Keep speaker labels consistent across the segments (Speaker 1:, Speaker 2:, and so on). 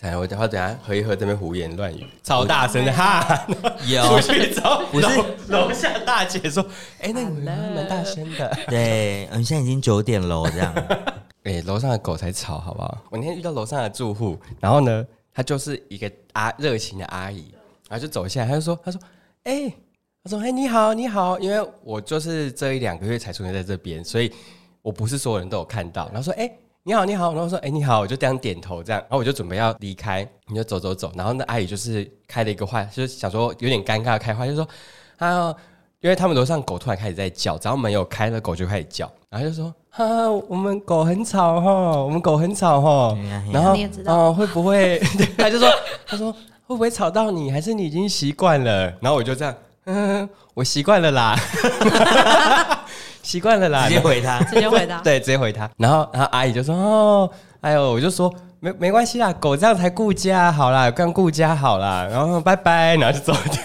Speaker 1: 哎，我等他等下喝一喝，这边胡言乱语，超大 声的哈！出
Speaker 2: 有
Speaker 1: 去之后，
Speaker 2: 不是
Speaker 1: 楼楼下大姐说：“哎、那你们蛮大声的。
Speaker 2: 对，嗯，现在已经九点了， 这样
Speaker 1: 哎、楼上的狗才吵，好不好？我那天遇到楼上的住户，然后呢，她就是一个阿热情的阿姨，然后就走下来，她就说：“她说，哎、她说，哎、你好，你好，因为我就是这一两个月才出现在这边，所以我不是所有人都有看到。”然后说：“哎、你好，你好。”然后说：“哎、你好。”我就这样点头，这样，然后我就准备要离开，你就走走走。然后那阿姨就是开了一个话，就是想说有点尴尬地开话，就说：“啊，因为他们楼上狗突然开始在叫，只要门有开了，狗就开始叫，然后就说：“哈，我们狗很吵哈，我们狗很吵哈。
Speaker 2: 哎对呀嘿”呀
Speaker 1: 然后
Speaker 3: 你也知道
Speaker 1: 哦，会不会？ 对他就说：“他说会不会吵到你？还是你已经习惯了？”然后我就这样，嗯，我习惯了啦， 习惯了啦，
Speaker 2: 直接回他。
Speaker 3: 直接回 答。
Speaker 1: 对，直接回他。然后，然后阿姨就说：“哦，哎呦，我就说没没关系啦，狗这样才顾家好啦，这样顾家好啦。”然后拜拜，然后就走掉。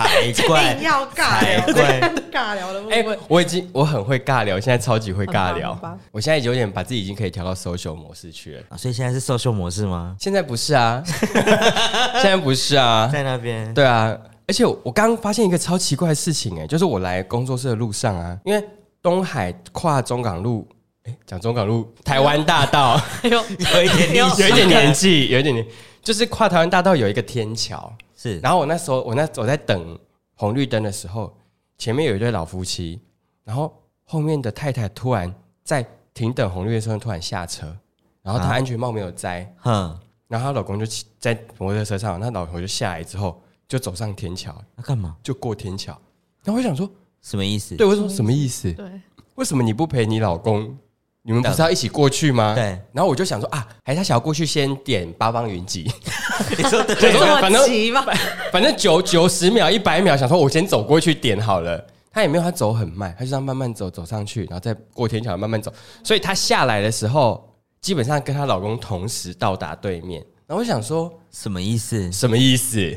Speaker 2: 才怪
Speaker 3: 硬，要尬 聊
Speaker 2: 才怪，
Speaker 3: 尬聊的部
Speaker 1: 哎、
Speaker 3: 分。
Speaker 1: 我已经我很会尬聊，现在超级会尬聊
Speaker 3: 很棒很棒。
Speaker 1: 我现在有点把自己已经可以调到 social 模式去了。
Speaker 2: 啊所以现在是 social 模式吗？
Speaker 1: 现在不是啊， 现在不是啊，
Speaker 2: 在那边，
Speaker 1: 对啊。而且我刚发现一个超奇怪的事情、哎，就是我来工作室的路上啊，因为东海跨中港路，哎、讲中港路，台湾大道。
Speaker 3: 哎呦，哎
Speaker 2: 有一点历 史
Speaker 1: 有一点年纪，有一点年，就是跨台湾大道有一个天桥，
Speaker 2: 是，
Speaker 1: 然后我那时候我那我在等红绿灯的时候，前面有一对老夫妻，然后后面的太太突然在停等红绿灯的时候突然下车，然后她
Speaker 2: 啊
Speaker 1: 安全帽没有摘，
Speaker 2: 哼，
Speaker 1: 然后她老公就骑在摩托车上，那老婆就下来之后就走上天桥，
Speaker 2: 那干嘛？
Speaker 1: 就过天桥，然后我想说，
Speaker 2: 什么意思？
Speaker 1: 对我说什么意思？
Speaker 3: 对，
Speaker 1: 为什么你不陪你老公？你们不是要一起过去吗？
Speaker 2: 对
Speaker 1: 然后我就想说啊，还是他想要过去先点八方云集，
Speaker 2: 你说的
Speaker 1: 对
Speaker 3: 这
Speaker 1: 反
Speaker 3: 么
Speaker 1: 正
Speaker 3: 急吗？
Speaker 1: 反正九九十秒、一百秒，想说我先走过去点好了。他也没有，他走很慢，他就这样慢慢走，走上去，然后再过天桥慢慢走。所以她下来的时候，基本上跟她老公同时到达对面。然后我想说，
Speaker 2: 什么意思？
Speaker 1: 什么意思？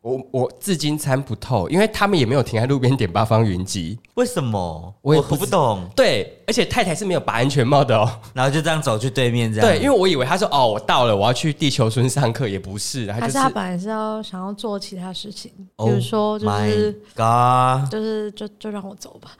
Speaker 1: 我我至今参不透，因为他们也没有停在路边点八方云集。
Speaker 2: 为什么？
Speaker 1: 我
Speaker 2: 我
Speaker 1: 也不
Speaker 2: 不
Speaker 1: 知
Speaker 2: 懂。
Speaker 1: 对，而且太太是没有拔安全帽的哦。
Speaker 2: 然后就这样走去对面，这样
Speaker 1: 对，因为我以为他说哦，我到了，我要去地球村上课，也不是，他
Speaker 3: 还
Speaker 1: 就是是
Speaker 3: 他本来是要想要做其他事情，比
Speaker 2: Oh
Speaker 3: 如说就是
Speaker 2: My 啊 God，
Speaker 3: 就是就就让我走吧。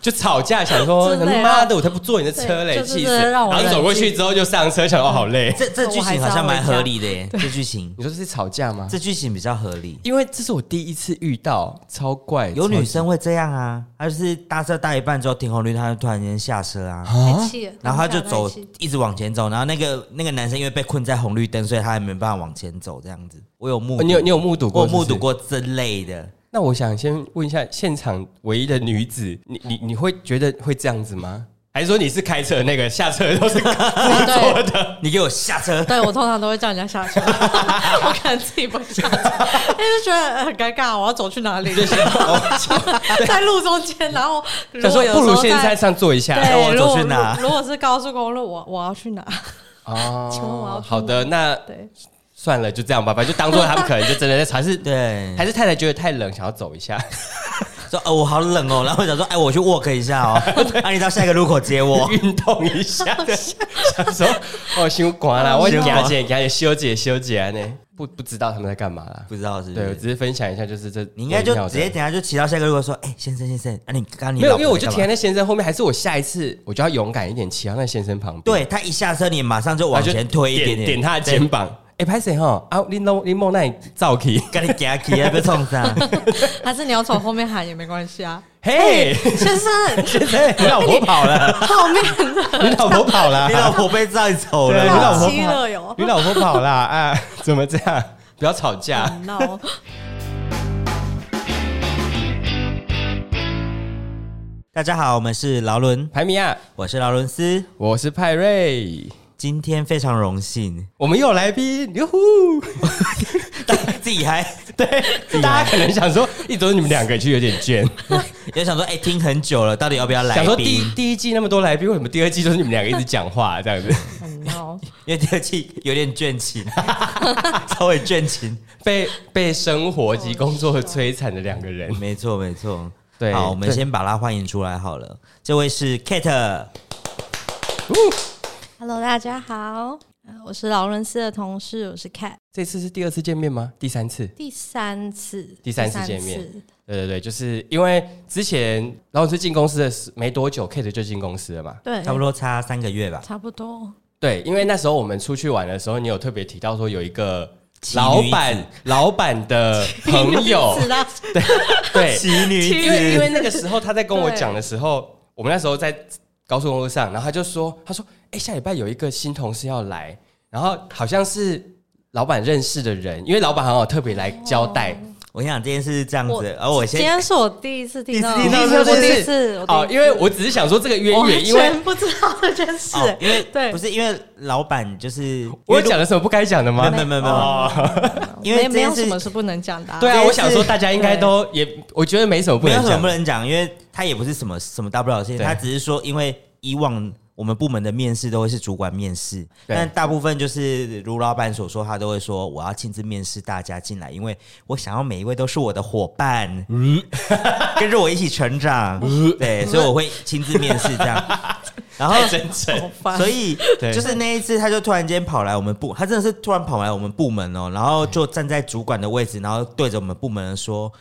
Speaker 1: 就吵架，想说
Speaker 3: 真的耶
Speaker 1: 妈的，我才不坐你的车嘞，
Speaker 3: 对就是
Speaker 1: 气死！
Speaker 3: 真的让我嗯
Speaker 1: 然后走过去
Speaker 3: 冷静
Speaker 1: 之后就上车，想说哦好累。
Speaker 2: 这这剧
Speaker 3: 我还
Speaker 2: 情
Speaker 3: 是
Speaker 2: 好像
Speaker 3: 要
Speaker 2: 蛮
Speaker 3: 回家
Speaker 2: 合理的耶，这剧情
Speaker 1: 你说这是吵架吗？
Speaker 2: 这剧情比较合理。
Speaker 1: 因为这是我第一次遇到，超怪，
Speaker 2: 有
Speaker 1: 超
Speaker 2: 女生会这样啊，她就是搭车搭一半之后停红绿灯，她就突然间下车啊，
Speaker 3: 太哎气了，
Speaker 2: 然后她就
Speaker 3: 当下
Speaker 2: 走
Speaker 3: 太气
Speaker 2: 一直往前走，然后那个那个男生因为被困在红绿灯，所以他也没办法往前走这样子。我有目
Speaker 1: 哦
Speaker 2: 睹，
Speaker 1: 你有你有目睹过
Speaker 2: 我有目
Speaker 1: 是不
Speaker 2: 睹
Speaker 1: 是？
Speaker 2: 过这类的，
Speaker 1: 那我想先问一下，现场唯一的女子，你你你会觉得会这样子吗？还是说你是开车的那个，下车的都是
Speaker 3: 啊 对
Speaker 1: 我的？
Speaker 2: 你给我下车，
Speaker 3: 对我通常都会叫人家下车， 我可能自己不会下车， 因为就觉得很尴尬，我要走去哪里？
Speaker 2: 哦
Speaker 3: 在路中间，然后 如
Speaker 1: 想说
Speaker 3: 果有
Speaker 1: 不如
Speaker 3: 时候
Speaker 1: 先
Speaker 3: 在
Speaker 1: 在上坐一下。
Speaker 2: 哎我
Speaker 3: 对，如
Speaker 2: 走
Speaker 3: 果
Speaker 2: 去哪
Speaker 3: 如如果是高速公路，我我要去哪？请问我要
Speaker 1: 哦，
Speaker 3: 去
Speaker 1: 好的，那
Speaker 3: 对，
Speaker 1: 算了，就这样吧，反正就当做他们可能就真的在吵，还是
Speaker 2: 对，
Speaker 1: 还是太太觉得太冷，想要走一下。，
Speaker 2: 说哦我好冷哦，然后我想说哎我去 walk 一下哦，那你到下一个路口接 我
Speaker 1: 运动一下，想说哦，心寒啦，
Speaker 2: 哦
Speaker 1: 我
Speaker 2: 太寒
Speaker 1: 加姐加姐修姐修姐 呢，不不知道他们在干嘛啦。
Speaker 2: 不知道是不
Speaker 1: 对，我
Speaker 2: 是？
Speaker 1: 只是分享一下，就是这
Speaker 2: 你应该就
Speaker 1: 微妙的
Speaker 2: 直接等一下就骑到下一个路口说，哎先生先生，啊你刚刚你
Speaker 1: 没有，
Speaker 2: 老
Speaker 1: 因
Speaker 2: 婆
Speaker 1: 为我就
Speaker 2: 在干嘛
Speaker 1: 停在那先生后面，还是我下一次我就要勇敢一点，骑到那先生旁边，
Speaker 2: 对他一下车，你马上就
Speaker 1: 然
Speaker 2: 往
Speaker 1: 后就
Speaker 2: 前推一点
Speaker 1: 点他的肩膀。哎，拍谁哈？啊，你弄你弄那里照 起，
Speaker 2: 跟你夹起来被冲上，
Speaker 3: 还是你要从后面喊也没关系啊，
Speaker 4: 哎
Speaker 2: 哎
Speaker 1: 嘿，
Speaker 3: 先生，
Speaker 1: 嘿 你老婆跑了，
Speaker 3: 后
Speaker 4: 哦
Speaker 3: 面
Speaker 1: 你老婆跑了，
Speaker 2: 你老婆被载走
Speaker 1: 对，你
Speaker 2: 了。
Speaker 1: 老婆
Speaker 3: 老妻
Speaker 1: 跑
Speaker 3: 了哟
Speaker 1: 你老婆跑啦，啊，怎么这样？不要吵架。
Speaker 3: 很闹，
Speaker 4: 哦
Speaker 2: 大家好，我们是劳伦，
Speaker 1: 排米亚，
Speaker 2: 我是劳伦斯。
Speaker 1: 我是派瑞，
Speaker 2: 今天非常 荣幸，
Speaker 1: 我们又有来宾， 哟呼！
Speaker 2: 自己还
Speaker 1: 对，大家可能想说，一直都是你们两个，其实有点倦，
Speaker 2: 也想说，哎、听很久了，到底要不要来
Speaker 1: 想说第
Speaker 2: 宾？
Speaker 1: 第一季那么多来宾，为什么第二季都是你们两个一直讲话这样 子？
Speaker 3: 很
Speaker 4: 哦
Speaker 3: 闹，
Speaker 2: 因为第二季有点倦 情，稍微倦情。
Speaker 1: 被被生活及工作摧残的两个人，
Speaker 2: 没错，没错。
Speaker 1: 对
Speaker 2: 好，我们
Speaker 1: 对
Speaker 2: 先把他欢迎出来好了。这位是 Kate，
Speaker 3: Hello，大家好。
Speaker 4: 呃我是劳伦斯的同事，我是 Cat，
Speaker 1: 这次是第二次见面吗？第三次？
Speaker 4: 第三次，
Speaker 1: 第三次见面对对对，就是因为之前劳伦斯进公司的时没多久，Kate 就进公司了嘛。
Speaker 4: 对，
Speaker 2: 差不多差三个月吧。
Speaker 4: 差不多，
Speaker 1: 对，因为那时候我们出去玩的时候，你有特别提到说有一个
Speaker 2: 奇
Speaker 1: 老
Speaker 2: 女子
Speaker 1: 板老板 的朋友，
Speaker 3: 知道
Speaker 1: 对，
Speaker 2: 奇女子，
Speaker 1: 哎因为因为那个时候他在跟我
Speaker 4: 对
Speaker 1: 讲的时候，我们那时候在高速公路上，然后他就说，他说，哎、下礼拜有一个新同事要来，然后好像是老板认识的人，因为老板好像有特别来交代
Speaker 2: 我想这件事是这样
Speaker 4: 我
Speaker 2: 子，而我
Speaker 4: 今
Speaker 2: 先
Speaker 4: 天是我第一次听到，
Speaker 2: 第一次听到
Speaker 4: 哦我
Speaker 2: 这件事
Speaker 4: 第一次，我第一次
Speaker 1: 哦，因为我只是想说这个渊
Speaker 4: 我完
Speaker 1: 源，因为
Speaker 4: 全不知道这件事，
Speaker 2: 哦因为
Speaker 4: 对
Speaker 2: 不是因为老板就是
Speaker 1: 我有讲了什么不该讲的吗哦
Speaker 2: 没？有没有没有因为
Speaker 4: 没
Speaker 2: 这
Speaker 4: 没有
Speaker 2: 件
Speaker 4: 什么
Speaker 2: 事
Speaker 4: 是不能讲的、啊，
Speaker 1: 对啊，
Speaker 2: 这件事
Speaker 1: 我想说大家应该都也，我觉得没什么不
Speaker 2: 没有
Speaker 1: 能
Speaker 2: 什么
Speaker 1: 讲
Speaker 2: 不。能讲，因为他也不是什么什么大不了的事情，
Speaker 1: 对
Speaker 2: 他只是说因为以往。我们部门的面试都会是主管面试，
Speaker 1: 对
Speaker 2: 但大部分就是如老板所说，他都会说我要亲自面试大家进来，因为我想要每一位都是我的伙伴，
Speaker 1: 嗯
Speaker 2: 跟着我一起成长，对，所以我会亲自面试这样。然后
Speaker 1: 真诚，
Speaker 4: 烦
Speaker 2: 所以
Speaker 1: 对
Speaker 2: 就是那一次，他就突然间跑来我们部，他真的是突然跑来我们部门哦，然后就站在主管的位置，然后对着我们部门人说：“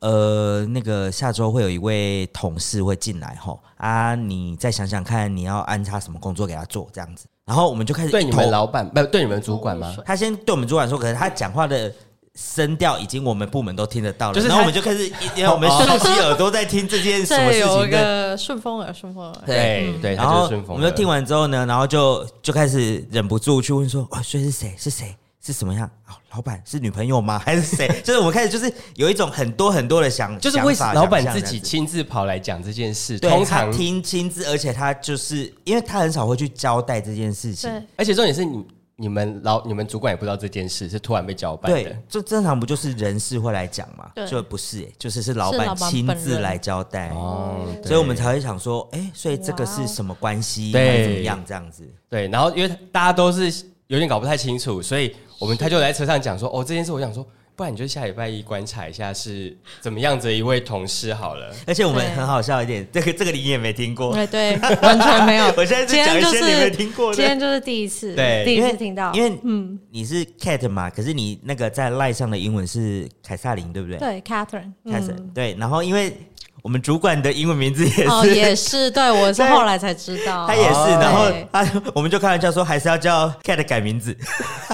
Speaker 2: 呃，那个下周会有一位同事会进来吼啊，你再想想看你要安插什么工作给他做这样子。”然后我们就开始
Speaker 1: 对
Speaker 2: 一
Speaker 1: 你
Speaker 2: 头
Speaker 1: 们老板不对你们主管吗？
Speaker 2: 他先对我们主管说，可是他讲话的。声调已经我们部门都听得到了，
Speaker 1: 就是
Speaker 2: 然后
Speaker 1: 他哦
Speaker 2: 我们就开始，然后我们竖起耳朵在听这件什么
Speaker 4: 这
Speaker 2: 事情
Speaker 4: 有
Speaker 2: 的
Speaker 4: 一个顺风耳，顺风耳，
Speaker 1: 对对，
Speaker 2: 然
Speaker 1: 他就
Speaker 2: 后
Speaker 1: 是顺丰
Speaker 2: 我
Speaker 1: 的。
Speaker 2: 们就听完之后呢，然后就就开始忍不住去问说，哦，所以是谁？是谁？是什么样？哦，老板是女朋友吗？ 还是谁？就是我们开始就是有一种很多很多的想，
Speaker 1: 就是
Speaker 2: 想
Speaker 1: 为
Speaker 2: 法
Speaker 1: 老板
Speaker 2: 想
Speaker 1: 自
Speaker 2: 象这
Speaker 1: 己
Speaker 2: 样子
Speaker 1: 亲自跑来讲这件事，
Speaker 2: 对
Speaker 1: 通
Speaker 2: 他
Speaker 1: 常
Speaker 2: 听亲自，而且他就是因为他很少会去交代这件事情，
Speaker 4: 对，
Speaker 1: 而且重点是你你们老你们主管也不知道这件事，是突然被交办的
Speaker 2: 对。，就正常不就是人事会来讲嘛？
Speaker 4: 对
Speaker 2: 就不是、欸，就是是老
Speaker 4: 是
Speaker 2: 板
Speaker 4: 老板
Speaker 2: 亲
Speaker 4: 本
Speaker 2: 自
Speaker 4: 人
Speaker 2: 来交代，
Speaker 1: 哦，
Speaker 4: 嗯
Speaker 1: 对
Speaker 2: 所以我们才会想说，哎、所以这个
Speaker 4: 哇
Speaker 2: 是
Speaker 4: 哦
Speaker 2: 什么关系？
Speaker 1: 对
Speaker 2: 还是怎么样这样子？
Speaker 1: 对，然后因为大家都是有点搞不太清楚，所以我们他就来车上讲说，哦，这件事我想说，不然你就下礼拜一观察一下是怎么样子的一位同事好
Speaker 4: 哦
Speaker 1: 了。
Speaker 2: 而且我们
Speaker 4: 对
Speaker 2: 很好笑一点，这个这个你也没听过，
Speaker 4: 哎对，完全没有
Speaker 2: 。我现在
Speaker 4: 今
Speaker 2: 在讲
Speaker 4: 天
Speaker 2: 一
Speaker 4: 就
Speaker 2: 些
Speaker 4: 是
Speaker 2: 你没听过
Speaker 4: 今
Speaker 2: 的。
Speaker 4: 天就是第一次，
Speaker 1: 对
Speaker 4: 第一
Speaker 2: 因为
Speaker 4: 次听到，
Speaker 2: 因为嗯，你是 cat 嘛，可是你那个在赖上的英文是凯撒琳，对不对？
Speaker 4: 对 Catherine，
Speaker 2: 凯撒、
Speaker 4: 嗯，
Speaker 2: 对。然后因为我们主管的英文名字也是，
Speaker 4: 哦，也是，对我是
Speaker 2: 对
Speaker 4: 后来才知道，
Speaker 2: 他也是，
Speaker 1: 哦
Speaker 2: 然后
Speaker 4: 对
Speaker 2: 他我们就开玩笑说，还是要叫 cat 改名字，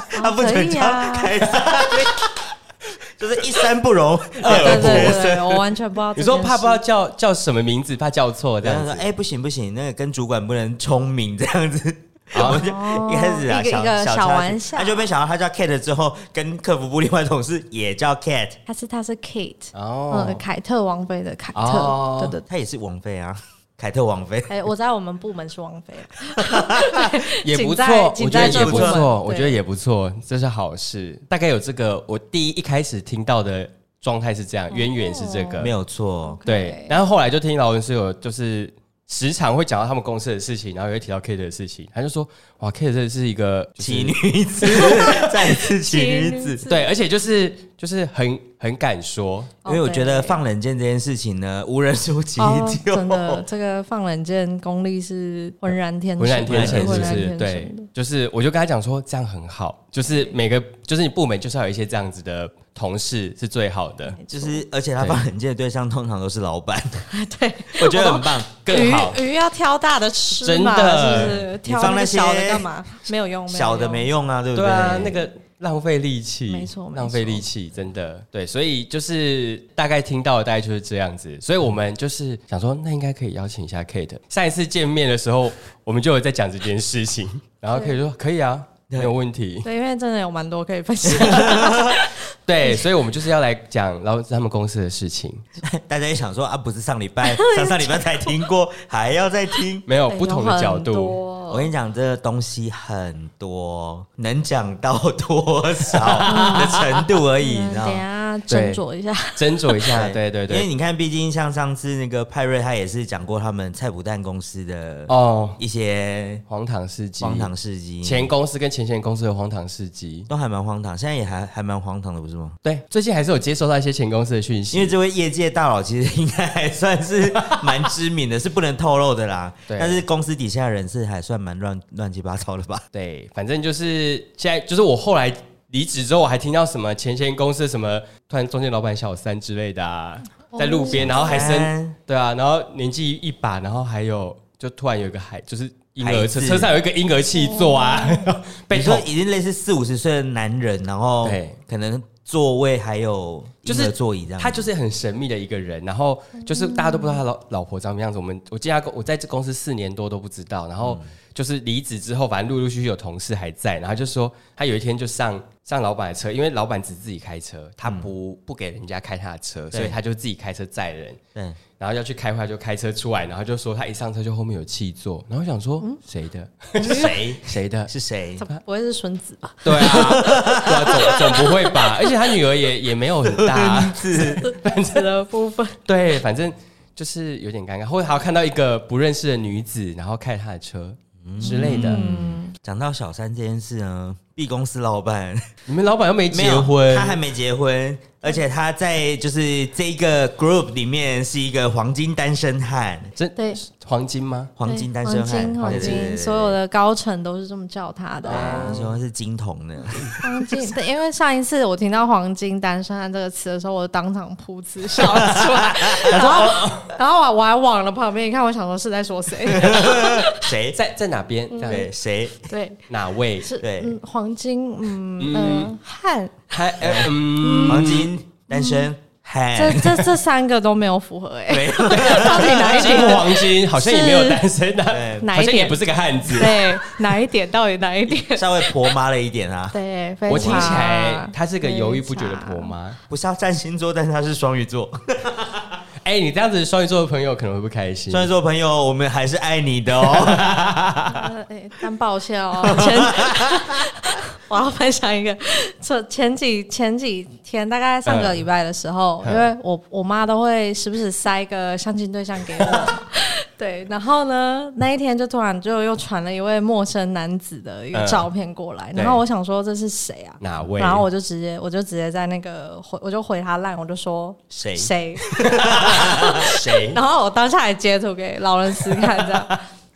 Speaker 2: 他不
Speaker 4: 哦可
Speaker 2: 准
Speaker 4: 以
Speaker 2: 叫
Speaker 4: 啊
Speaker 2: 凯撒琳， 就是一山不 容
Speaker 4: 哦对
Speaker 2: 二
Speaker 4: 对对
Speaker 2: 虎
Speaker 4: 对，
Speaker 2: 生。
Speaker 4: 我完全不知道这
Speaker 1: 你
Speaker 4: 件
Speaker 1: 说
Speaker 4: 事。
Speaker 1: 怕不知道叫叫什么名字，怕叫错这
Speaker 2: 然
Speaker 1: 样
Speaker 2: 后说，
Speaker 1: 子。
Speaker 2: 哎、不行不行，那个跟主管不能重名这样子。
Speaker 1: 哦
Speaker 2: 我们就一开始啊，
Speaker 4: 一个
Speaker 2: 小
Speaker 4: 一
Speaker 2: 小
Speaker 4: 个小
Speaker 2: 插曲
Speaker 4: 玩笑
Speaker 2: 他就没想到他叫 Cat 之后，跟客服部另外同事也叫 Cat，
Speaker 4: 他是他是 Kate，
Speaker 1: 哦
Speaker 4: 呃，，凯特王妃的凯
Speaker 1: 哦
Speaker 4: 特，对对对。
Speaker 2: 他也是王妃啊，凯特 王妃。
Speaker 4: 哎，我在我们部门是王妃，
Speaker 1: 也不错，
Speaker 4: 仅在
Speaker 1: 我
Speaker 4: 仅
Speaker 1: 觉得
Speaker 4: 在
Speaker 1: 也
Speaker 4: 这
Speaker 1: 不
Speaker 4: 部分
Speaker 1: 错，我
Speaker 4: 对
Speaker 1: 觉得也不错，这是好事。大概有这个，我第一一开始听到的状态是这
Speaker 4: 哦
Speaker 1: 样，渊源是这个，
Speaker 2: 没有错，
Speaker 1: 对，然后后来就听劳伦斯有就是时常会讲到他们公司的事情，然后也会提到 Kate 的事情，他就说哇，Kate 真的是一个就是
Speaker 2: 奇女 子，再 次奇女
Speaker 4: 奇女
Speaker 2: 子。
Speaker 4: 子
Speaker 1: 对，而且就是就是很很敢说，
Speaker 2: 因为我觉得
Speaker 4: 哦对
Speaker 2: 放冷箭这件事情呢，无人出其
Speaker 4: 哦，
Speaker 2: 咎。
Speaker 4: 真的，这个放冷箭功力是浑然天成，
Speaker 1: 浑然天成，
Speaker 4: 浑
Speaker 1: 是不
Speaker 4: 然
Speaker 1: 是？
Speaker 4: 天成
Speaker 1: 对
Speaker 4: 的，
Speaker 1: 就是我就跟他讲说这样很好，就是每个就是你部门就是要有一些这样子的同事是最好的，
Speaker 2: 就是，而且他放冷箭的对象通常都是老板，
Speaker 4: 对，
Speaker 2: 我觉得很棒。
Speaker 1: 更好。
Speaker 4: 鱼鱼要挑大的吃
Speaker 1: 真
Speaker 4: 嘛，
Speaker 1: 的
Speaker 4: 是不是？挑
Speaker 2: 放
Speaker 4: 那
Speaker 2: 那
Speaker 4: 个小的
Speaker 2: 些
Speaker 4: 干嘛？没有用，
Speaker 2: 小的
Speaker 4: 用
Speaker 2: 没用啊，对不
Speaker 1: 对
Speaker 2: 对？
Speaker 1: 啊，那个浪费力气，
Speaker 4: 没错没错
Speaker 1: 浪费力气，真的对，所以就是大概听到的大概就是这样子，所以我们就是想说，那应该可以邀请一下 Kate。上一次见面的时候，我们就有在讲这件事情， 然后 Kate 说可以啊，没有问题。
Speaker 4: 对，因为真的有蛮多可以分享。
Speaker 1: 对，所以我们就是要来讲劳他们公司的事情，
Speaker 2: 大家也想说啊，不是上礼 拜、上上礼拜才听过，还要再听。
Speaker 1: 没有
Speaker 4: 对
Speaker 1: 不同的角度。，
Speaker 2: 我跟你讲，这东西很多，能讲到多少的程度而已，你
Speaker 4: 有
Speaker 2: 知
Speaker 4: 很
Speaker 2: 道
Speaker 4: 多嗯 等一
Speaker 2: 吗？
Speaker 4: 下家斟酌一下。
Speaker 1: 斟酌一下，对啊对
Speaker 2: 因为
Speaker 1: 对，
Speaker 2: 你看，毕竟像上次那个派瑞，他也是讲过他们菜脯蛋公司的
Speaker 1: 哦，
Speaker 2: 一些
Speaker 1: 荒唐事迹，
Speaker 2: 荒唐事迹，
Speaker 1: 前公司跟前前公司的荒唐事迹。
Speaker 2: 都还蛮荒唐，现在也还还蛮荒唐的，不是吗？
Speaker 1: 对，最近还是有接收到一些前公司的讯息，
Speaker 2: 因为这位业界大佬其实应该还算是蛮知名的，是不能透露的啦。
Speaker 1: 对
Speaker 2: 但是公司底下人是还算蛮乱乱七八糟的吧？
Speaker 1: 对，反正就是现在，就是我后来离职之后，我还听到什么前前公司什么，突然中间老板小三之类的、啊，在路边，然后还生，
Speaker 2: 生
Speaker 1: 对啊，然后年纪一把，然后还有就突然有一个孩，就是婴儿车
Speaker 2: 孩子
Speaker 1: 车上有一个婴儿气座啊， 被
Speaker 2: 你说
Speaker 1: 捅，
Speaker 2: 已经类似四五十岁的男人，然后
Speaker 1: 对
Speaker 2: 可能座位还有
Speaker 1: 就
Speaker 2: 婴
Speaker 1: 是
Speaker 2: 儿座椅这样，
Speaker 1: 他就是很神秘的一个人，然后就是大家都不知道他老老婆长什么样子，我们我进他公我在这公司四年多都不知道，然后就是离职之后，反正陆陆续续有同事还在，然后就说他有一天就上上老板的车，因为老板只自己开车，他不、不给人家开他的车，所以他就自己开车载人，
Speaker 2: 对，
Speaker 1: 然后要去开会就开车出来，然后就说他一上车就后面有气座，然后我想说谁的
Speaker 2: 谁
Speaker 1: 谁的
Speaker 2: 是谁？
Speaker 4: 怎么不会是孙子吧？
Speaker 1: 对啊，对啊，总总不会吧？而且他女儿也也没有很大、啊。
Speaker 4: 孙子的部分，
Speaker 1: 对，反正就是有点尴尬，或者还要看到一个不认识的女子，然后开她的车之类的。
Speaker 4: 嗯
Speaker 2: 讲到小三这件事呢，B 公司老板
Speaker 1: 你们老板又没
Speaker 2: 没
Speaker 1: 结
Speaker 2: 有
Speaker 1: 婚
Speaker 2: 他，还没结婚，而且他在就是这一个 group 里面是一个黄金单身汉，
Speaker 1: 真
Speaker 4: 对
Speaker 1: 黄金吗？
Speaker 2: 黄金单身
Speaker 4: 黄
Speaker 2: 汉，
Speaker 4: 金黄
Speaker 2: 对对对对
Speaker 4: 金，
Speaker 2: 对
Speaker 4: 所有的高层都是这么叫他的啊。
Speaker 2: 啊，说是金童 呢，
Speaker 4: 黄金，对，因为上一次我听到“黄金单身汉”这个词的时候，我当场噗嗤笑 出来，然后，然后我我还往了旁边一看，我想说是在说谁？
Speaker 2: 谁？
Speaker 1: 在在哪边？
Speaker 4: 嗯
Speaker 1: 这
Speaker 2: 对
Speaker 1: 样
Speaker 2: 谁？
Speaker 4: 对，
Speaker 1: 哪位？
Speaker 4: 是
Speaker 2: 对
Speaker 4: 嗯，黄金，嗯嗯，汉，
Speaker 1: 还呃嗯，
Speaker 2: 黄金单身
Speaker 4: 这
Speaker 2: 汉，
Speaker 1: 哎
Speaker 4: 这这三个都没有符合哎，
Speaker 2: 没有
Speaker 4: 到底哪一
Speaker 1: 金
Speaker 4: 点？
Speaker 1: 哎黄金好像也没有单身啊，
Speaker 2: 对
Speaker 4: 哪
Speaker 1: 好
Speaker 4: 一
Speaker 1: 像也
Speaker 4: 点
Speaker 1: 不？ 是个汉子。
Speaker 4: 对，哪一点？到底哪一点？
Speaker 2: 稍微婆妈了一点啊，
Speaker 4: 对，非啊
Speaker 1: 我听起来
Speaker 4: 常
Speaker 1: 她是个犹豫不决的
Speaker 4: 啊
Speaker 1: 婆。妈。
Speaker 2: 不是要占星座，但是他是双鱼座，
Speaker 1: 哎，你这样子双鱼座的朋友可能会不开心。
Speaker 2: 双鱼座朋友，我们还是爱你的 哦。
Speaker 4: 非常呃哎但抱歉 哦，前我要分享一个，这前几前几天，大概上个礼拜的时候，
Speaker 1: 嗯
Speaker 4: 因为我我妈都会时不时塞一个相亲对象给我。 对，然后呢？那一天就突然就又传了一位陌生男子的一个
Speaker 1: 嗯
Speaker 4: 照片过来，
Speaker 1: 对
Speaker 4: 然后我想说这是谁啊？
Speaker 1: 哪位？
Speaker 4: 然后我就直接我就直接在那个回我就回他烂，我就说
Speaker 2: 谁
Speaker 4: 谁，
Speaker 2: 谁？
Speaker 4: 然后我当下还截图给劳伦斯看这样，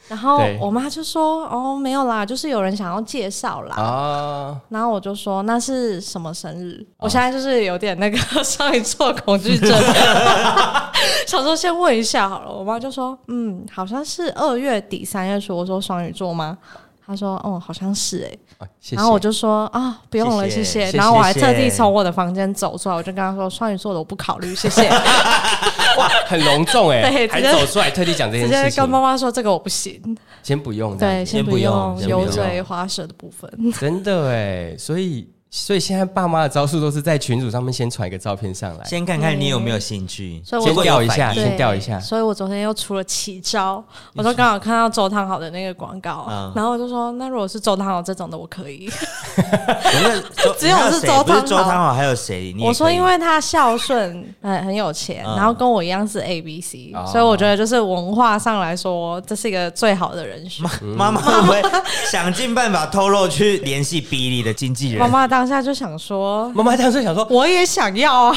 Speaker 4: 然后
Speaker 1: 对
Speaker 4: 我妈就说哦没有啦，就是有人想要介绍啦。
Speaker 1: 啊，
Speaker 4: 然后我就说那是什么生日？我现在就是有点那个 上一座恐惧症，想说先问一下好了。我妈就说嗯，好像是二月底三月初。我说双鱼座吗？她说哦，好像是哎、
Speaker 1: 啊谢谢。
Speaker 4: 然后我就说啊，不用了，
Speaker 2: 谢谢
Speaker 4: 谢谢。
Speaker 2: 谢谢
Speaker 4: 然后我还特地从我的房间走出来，我就跟他说双鱼座的我不考虑，谢谢。
Speaker 1: 哇，很隆重哎，
Speaker 4: 对
Speaker 1: 还
Speaker 4: 直接
Speaker 1: 走出来特地讲这
Speaker 4: 直
Speaker 1: 件
Speaker 4: 接
Speaker 1: 事
Speaker 4: 跟
Speaker 1: 情
Speaker 4: 妈。妈说这个我不行，
Speaker 1: 先不用，这样
Speaker 4: 对，
Speaker 1: 子
Speaker 4: 先
Speaker 2: 不
Speaker 4: 不
Speaker 2: 用
Speaker 4: 用
Speaker 2: 先不
Speaker 4: 油
Speaker 2: 用
Speaker 4: 嘴滑舌的部分。
Speaker 1: 真的哎，所以所以现在爸妈的招数都是在群组上面先传一个照片上来，
Speaker 2: 先看看你有没有兴趣，
Speaker 4: 嗯所以我
Speaker 1: 先
Speaker 2: 结果有
Speaker 1: 调一下，
Speaker 2: 反应
Speaker 4: 对
Speaker 1: 先调一下。
Speaker 4: 所以我昨天又出了奇招，我就刚好看到周汤好的那个广告，
Speaker 2: 嗯
Speaker 4: 然后我就说，那如果是周汤好这种的，我可以。
Speaker 2: 不是
Speaker 4: 只有是周汤豪
Speaker 2: 不是周汤豪，还有谁？你也
Speaker 4: 我说，
Speaker 2: 可以
Speaker 4: 因为他孝顺，很很有钱，
Speaker 2: 嗯
Speaker 4: 然后跟我一样是 A B C，
Speaker 1: 哦
Speaker 4: 所以我觉得就是文化上来说，这是一个最好的人选。
Speaker 2: 妈妈会不会想尽办法透露去联系比利的经纪人
Speaker 4: 妈。妈当下就想说，
Speaker 1: 妈妈当时想说，
Speaker 4: 我也想要啊。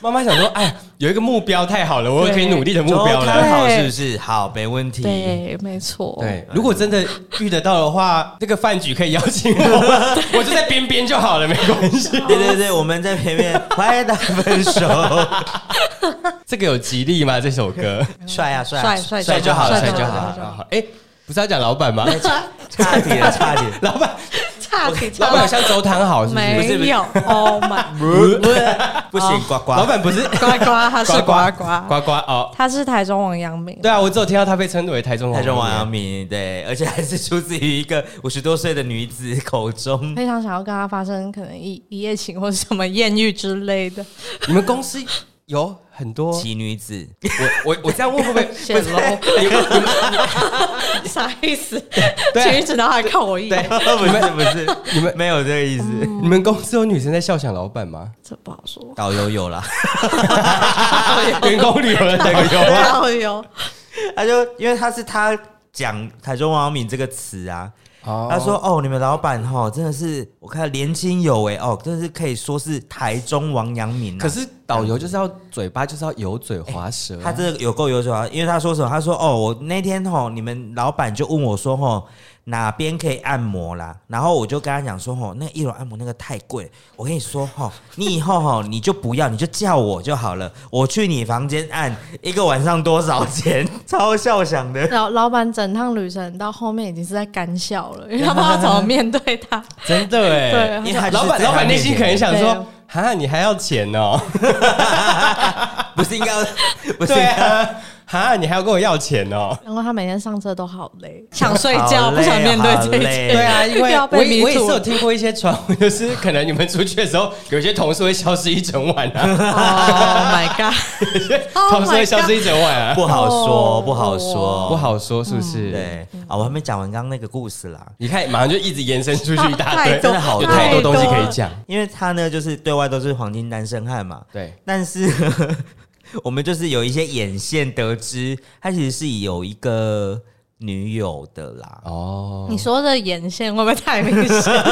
Speaker 1: 妈妈想说，哎，有一个目标太好了，我可以
Speaker 4: 对
Speaker 1: 努力的目
Speaker 2: 周
Speaker 1: 标
Speaker 2: 汤
Speaker 1: 了。
Speaker 2: 豪是不是？好，没问题。
Speaker 4: 对，没错。
Speaker 1: 对，如果真的遇得到的话， 那个饭局可以邀请我， 我就在边边就好了，没关系。
Speaker 2: 对对对，我们在前面拍打分 手，
Speaker 1: 这个有吉利吗？这首歌
Speaker 2: 帅啊帅啊
Speaker 4: 帅帅
Speaker 1: 帅就好了，帅就好
Speaker 4: 帅就
Speaker 1: 了。哎，不是要讲老板吗？
Speaker 2: 差点了差 点。
Speaker 1: 老板，
Speaker 4: 差点
Speaker 1: 老板有
Speaker 4: 差
Speaker 1: 像周汤好是不是？
Speaker 4: 没有，Oh my，
Speaker 2: 不行，呱呱，
Speaker 1: 老板不是
Speaker 4: 呱呱，他是呱呱，
Speaker 1: 呱呱哦，
Speaker 4: 他是台中王阳明。
Speaker 1: 对啊，我只有听到他被称为台中王
Speaker 2: 台中王
Speaker 1: 爷
Speaker 2: 阳明，对，而且还是出自于一个五十多岁的女子口中。
Speaker 4: 非 常想要跟他发生可能一一夜情或者什么艳遇之类的，
Speaker 1: 你们公司有很 多，
Speaker 2: 奇女子，
Speaker 1: 我我我这样问会不 会
Speaker 4: 显
Speaker 1: 不是
Speaker 4: low
Speaker 1: 你们你们
Speaker 3: 啥意思？
Speaker 1: 对
Speaker 3: 前一直然后还看我一 眼，
Speaker 2: 不是不是，
Speaker 1: 你们嗯
Speaker 2: 没有这个意思。
Speaker 1: 你们公司有女生在笑想老板 吗？
Speaker 4: 这不好说。
Speaker 2: 导游有啦，
Speaker 1: 员工旅游的那个有 吗？
Speaker 3: 然后有
Speaker 2: 他就因为他是他讲台中王敏这个词啊，
Speaker 1: 哦
Speaker 2: 他说：“哦，你们老板哈，真的是我看年轻有为哦，真的是可以说是台中王阳明、啊。
Speaker 1: 可是导游就是要嘴巴就是要油嘴滑舌啊、
Speaker 2: 他这个有够有手啊，因为他说什么？他说：哦，我那天吼，你们老板就问我说吼，哪边可以按摩啦？然后我就跟他讲说吼，那一楼按摩那个太贵了，我跟你说吼，你以后吼你就不要，你就叫我就好了，我去你房间按，一个晚上多少钱？超笑想的。”
Speaker 4: 老老板整趟旅程到后面已经是在干笑 了，因为他不知道怎么面对他。
Speaker 1: 真的哎、
Speaker 4: 对
Speaker 2: 因为他就是
Speaker 1: 老板
Speaker 2: 在他
Speaker 1: 老板内心
Speaker 2: 面
Speaker 1: 可
Speaker 2: 前
Speaker 1: 能想
Speaker 4: 对
Speaker 1: 说，哈，你还要钱哦、
Speaker 2: 不是应该要不是应
Speaker 1: 对
Speaker 2: 该要
Speaker 1: 啊，哈，你还要跟我要钱哦、
Speaker 4: 然后他每天上车都好累，
Speaker 3: 想睡觉，
Speaker 2: 好累
Speaker 3: 不想面对这一
Speaker 2: 好累
Speaker 3: 切。
Speaker 1: 对啊，因
Speaker 4: 又
Speaker 1: 为
Speaker 4: 要被
Speaker 1: 我也
Speaker 4: 迷
Speaker 1: 我也是
Speaker 4: 住
Speaker 1: 有听过一些传闻，就是可能你们出去的时候，有些同事会消失一整晚啊，
Speaker 4: 哦
Speaker 3: Oh my god！
Speaker 2: Oh
Speaker 1: 同事会消失一整晚啊，
Speaker 2: 不好说，
Speaker 4: 哦
Speaker 2: 不好说，
Speaker 1: 不。好说是不是？
Speaker 2: 对啊，我还没讲完刚刚那个故事啦。
Speaker 1: 你看，马上就一直延伸出去一大
Speaker 3: 太
Speaker 1: 堆，
Speaker 3: 多真
Speaker 2: 的好
Speaker 1: 有
Speaker 2: 多
Speaker 1: 太多东西可
Speaker 3: 太
Speaker 1: 以
Speaker 3: 多
Speaker 1: 讲。
Speaker 2: 因为他呢，就是对外都是黄金单身汉嘛，
Speaker 1: 对，
Speaker 2: 但是 我们就是有一些眼线得知，他其实是有一个女友的啦，
Speaker 1: 哦，
Speaker 4: 你说的眼线会不会太明显？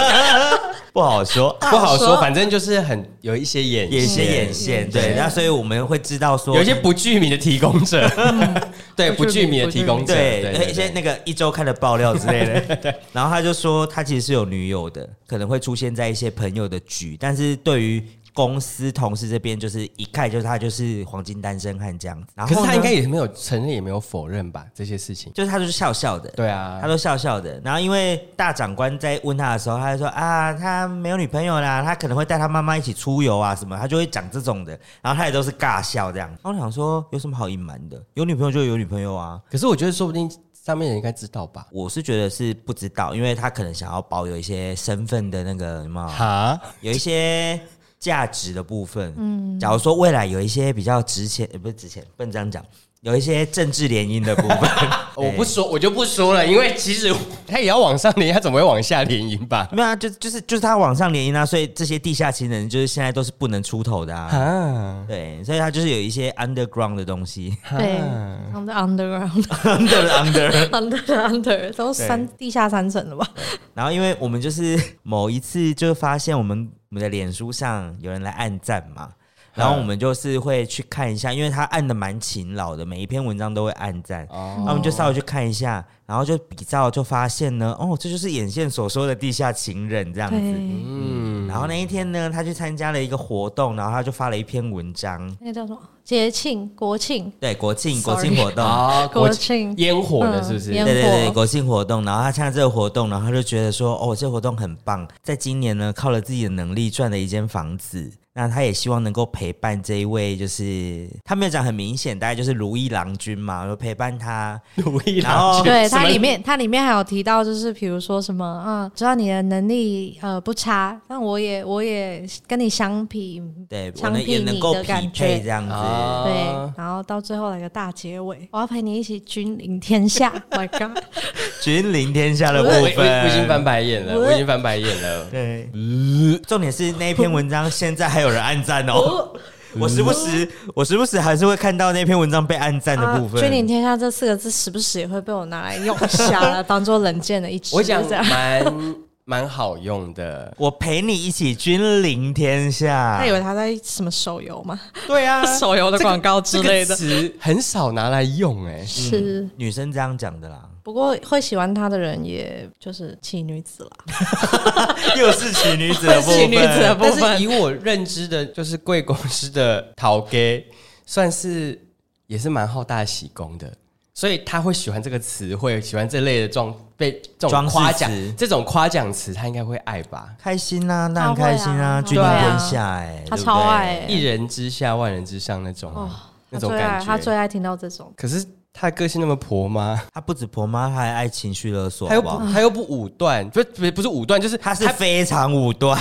Speaker 2: 不好 说。
Speaker 1: 不好
Speaker 4: 好
Speaker 1: 说，
Speaker 4: 说
Speaker 1: 反正就是很有一些眼
Speaker 2: 有一些
Speaker 1: 线
Speaker 2: 眼线，对，那所以我们会知道说，
Speaker 1: 嗯有一些不具名的提供者， 对不
Speaker 4: 不
Speaker 1: 具
Speaker 4: 具名
Speaker 1: 名的
Speaker 4: 不具
Speaker 1: 提供者，
Speaker 2: 嗯对，
Speaker 1: 对
Speaker 2: 一些那个一周刊的爆料之类 的。然后他就说，他其实是有女友的，可能会出现在一些朋友的局，但是对于公司同事这边，就是一看就是他就是黄金单身汉这样子。然
Speaker 1: 可
Speaker 2: 后
Speaker 1: 是
Speaker 2: 呢
Speaker 1: 他应该也没有承认，也没有否认吧这些事情。
Speaker 2: 就是他就是笑笑的，
Speaker 1: 对啊
Speaker 2: 他，都笑笑的。然后因为大长官在问他的时候，他就说啊，他没有女朋友啦，他可能会带他妈妈一起出游啊什么，他就会讲这种的。然后他也都是尬笑这样。然后我想说，有什么好隐瞒的？有女朋友就有女朋友啊。
Speaker 1: 可是我觉得说不定上面人应该知道吧？
Speaker 2: 我是觉得是不知道，因为他可能想要保有一些身份的那个什 么，
Speaker 1: 哈，
Speaker 2: 有一些价值的部分。嗯，假如说未来有一些比较值钱，呃，不是值钱，不能这样讲，有一些政治联姻的部分。
Speaker 1: 我不说，我就不说了，因为其实他也要往上联，他怎么会往下联姻吧？
Speaker 2: 没有啊，就就是就是他往上联姻啊，所以这些地下情人就是现在都是不能出头的啊。
Speaker 1: 啊，
Speaker 2: 对，所以他就是有一些 underground 的东西
Speaker 4: 对，under
Speaker 1: 嗯
Speaker 4: underground
Speaker 2: ，under under。
Speaker 4: under under 都三地下三层了吧？
Speaker 2: 然后因为我们就是某一次就发现我们我们的脸书上有人来按赞嘛，然后我们就是会去看一下，因为他按的蛮勤劳的，每一篇文章都会按赞。
Speaker 1: 哦
Speaker 2: 那我们就稍微去看一下，然后就比照就发现呢，哦，这就是眼线所说的地下情人这样子。
Speaker 4: 对，
Speaker 1: 嗯，
Speaker 2: 然后那一天呢，他去参加了一个活动，然后他就发了一篇文章，
Speaker 4: 那个叫什么节庆国庆
Speaker 2: 对国庆
Speaker 4: Sorry
Speaker 2: 国庆活动，
Speaker 1: 啊，
Speaker 4: 国庆
Speaker 1: 烟火的是不是
Speaker 4: 嗯？烟
Speaker 2: 对对对
Speaker 4: 火
Speaker 2: 国庆活动，然后他参加这个活动，然后他就觉得说，哦，这活动很棒，在今年呢，靠了自己的能力赚了一间房子。那他也希望能够陪伴这一位，就是他没有讲很明显，大概就是如意郎君嘛，就陪伴他。
Speaker 1: 如意
Speaker 2: 然后
Speaker 1: 郎君，
Speaker 4: 对
Speaker 1: 什么
Speaker 4: 它里面，它里面还有提到，就是比如说什么啊，知道你的能力呃不差，但我也我也跟你相比，
Speaker 2: 对，我
Speaker 4: 相
Speaker 2: 呢也
Speaker 4: 比
Speaker 2: 能
Speaker 4: 你
Speaker 2: 够
Speaker 4: 的
Speaker 2: 匹
Speaker 4: 感
Speaker 2: 配
Speaker 4: 觉
Speaker 2: 这，样子。
Speaker 4: 哦
Speaker 1: 啊
Speaker 4: 对，然后到最后来个大结尾，我要陪你一起君临天下，My God，
Speaker 2: 君临天下的
Speaker 1: 我
Speaker 2: 部
Speaker 1: 我
Speaker 2: 分，
Speaker 1: 我已经翻白眼了，
Speaker 4: 我
Speaker 1: 我已经翻白眼了。
Speaker 2: 对，重点是那一篇文章现在还有人按 赞哦。我时不时，我时不时还是会看到那篇文章被按赞的部分。
Speaker 4: 啊君临天下这四个字时不时也会被我拿来用一下了，当做冷箭的一 支，
Speaker 1: 我讲
Speaker 4: 这样，
Speaker 1: 蛮蛮好用的，
Speaker 2: 我陪你一起君临天下
Speaker 4: 他。以为他在什么手游吗？
Speaker 1: 对啊
Speaker 3: 手游的广告之类的
Speaker 1: 这个词很少拿来用哎、
Speaker 4: 是，
Speaker 2: 女生这样讲的啦，
Speaker 4: 不过会喜欢他的人，也就是奇女子啦。
Speaker 2: 又是奇女子的部分。
Speaker 3: 奇女子 的部
Speaker 1: 但
Speaker 3: 分
Speaker 1: 是以我认知的，就是贵公司的陶给算是也是蛮好大的喜功的，所以他会喜欢这个词汇，喜欢这类的状被这
Speaker 2: 装
Speaker 1: 种
Speaker 2: 饰
Speaker 1: 夸奖
Speaker 2: 词，
Speaker 1: 这种夸奖词他应该会爱吧？
Speaker 2: 开心啊，那很开心啊，
Speaker 4: 他会
Speaker 2: 君
Speaker 4: 啊
Speaker 2: 临天下哎、对不
Speaker 4: 他
Speaker 2: 对
Speaker 4: 超爱、
Speaker 1: 一人之下，万人之上那种、啊
Speaker 4: 哦，
Speaker 1: 那
Speaker 4: 他
Speaker 1: 种
Speaker 4: 最爱
Speaker 1: 感
Speaker 4: 他最
Speaker 1: 觉。
Speaker 4: 爱听到这种，
Speaker 1: 可是他个性那么婆妈，
Speaker 2: 他不止婆妈，他还爱情绪勒索，
Speaker 1: 他
Speaker 2: 好
Speaker 1: 又
Speaker 2: 不
Speaker 1: 不
Speaker 2: 好？
Speaker 1: 他 又不武断，不不不是武断，就是
Speaker 2: 他是非常武断，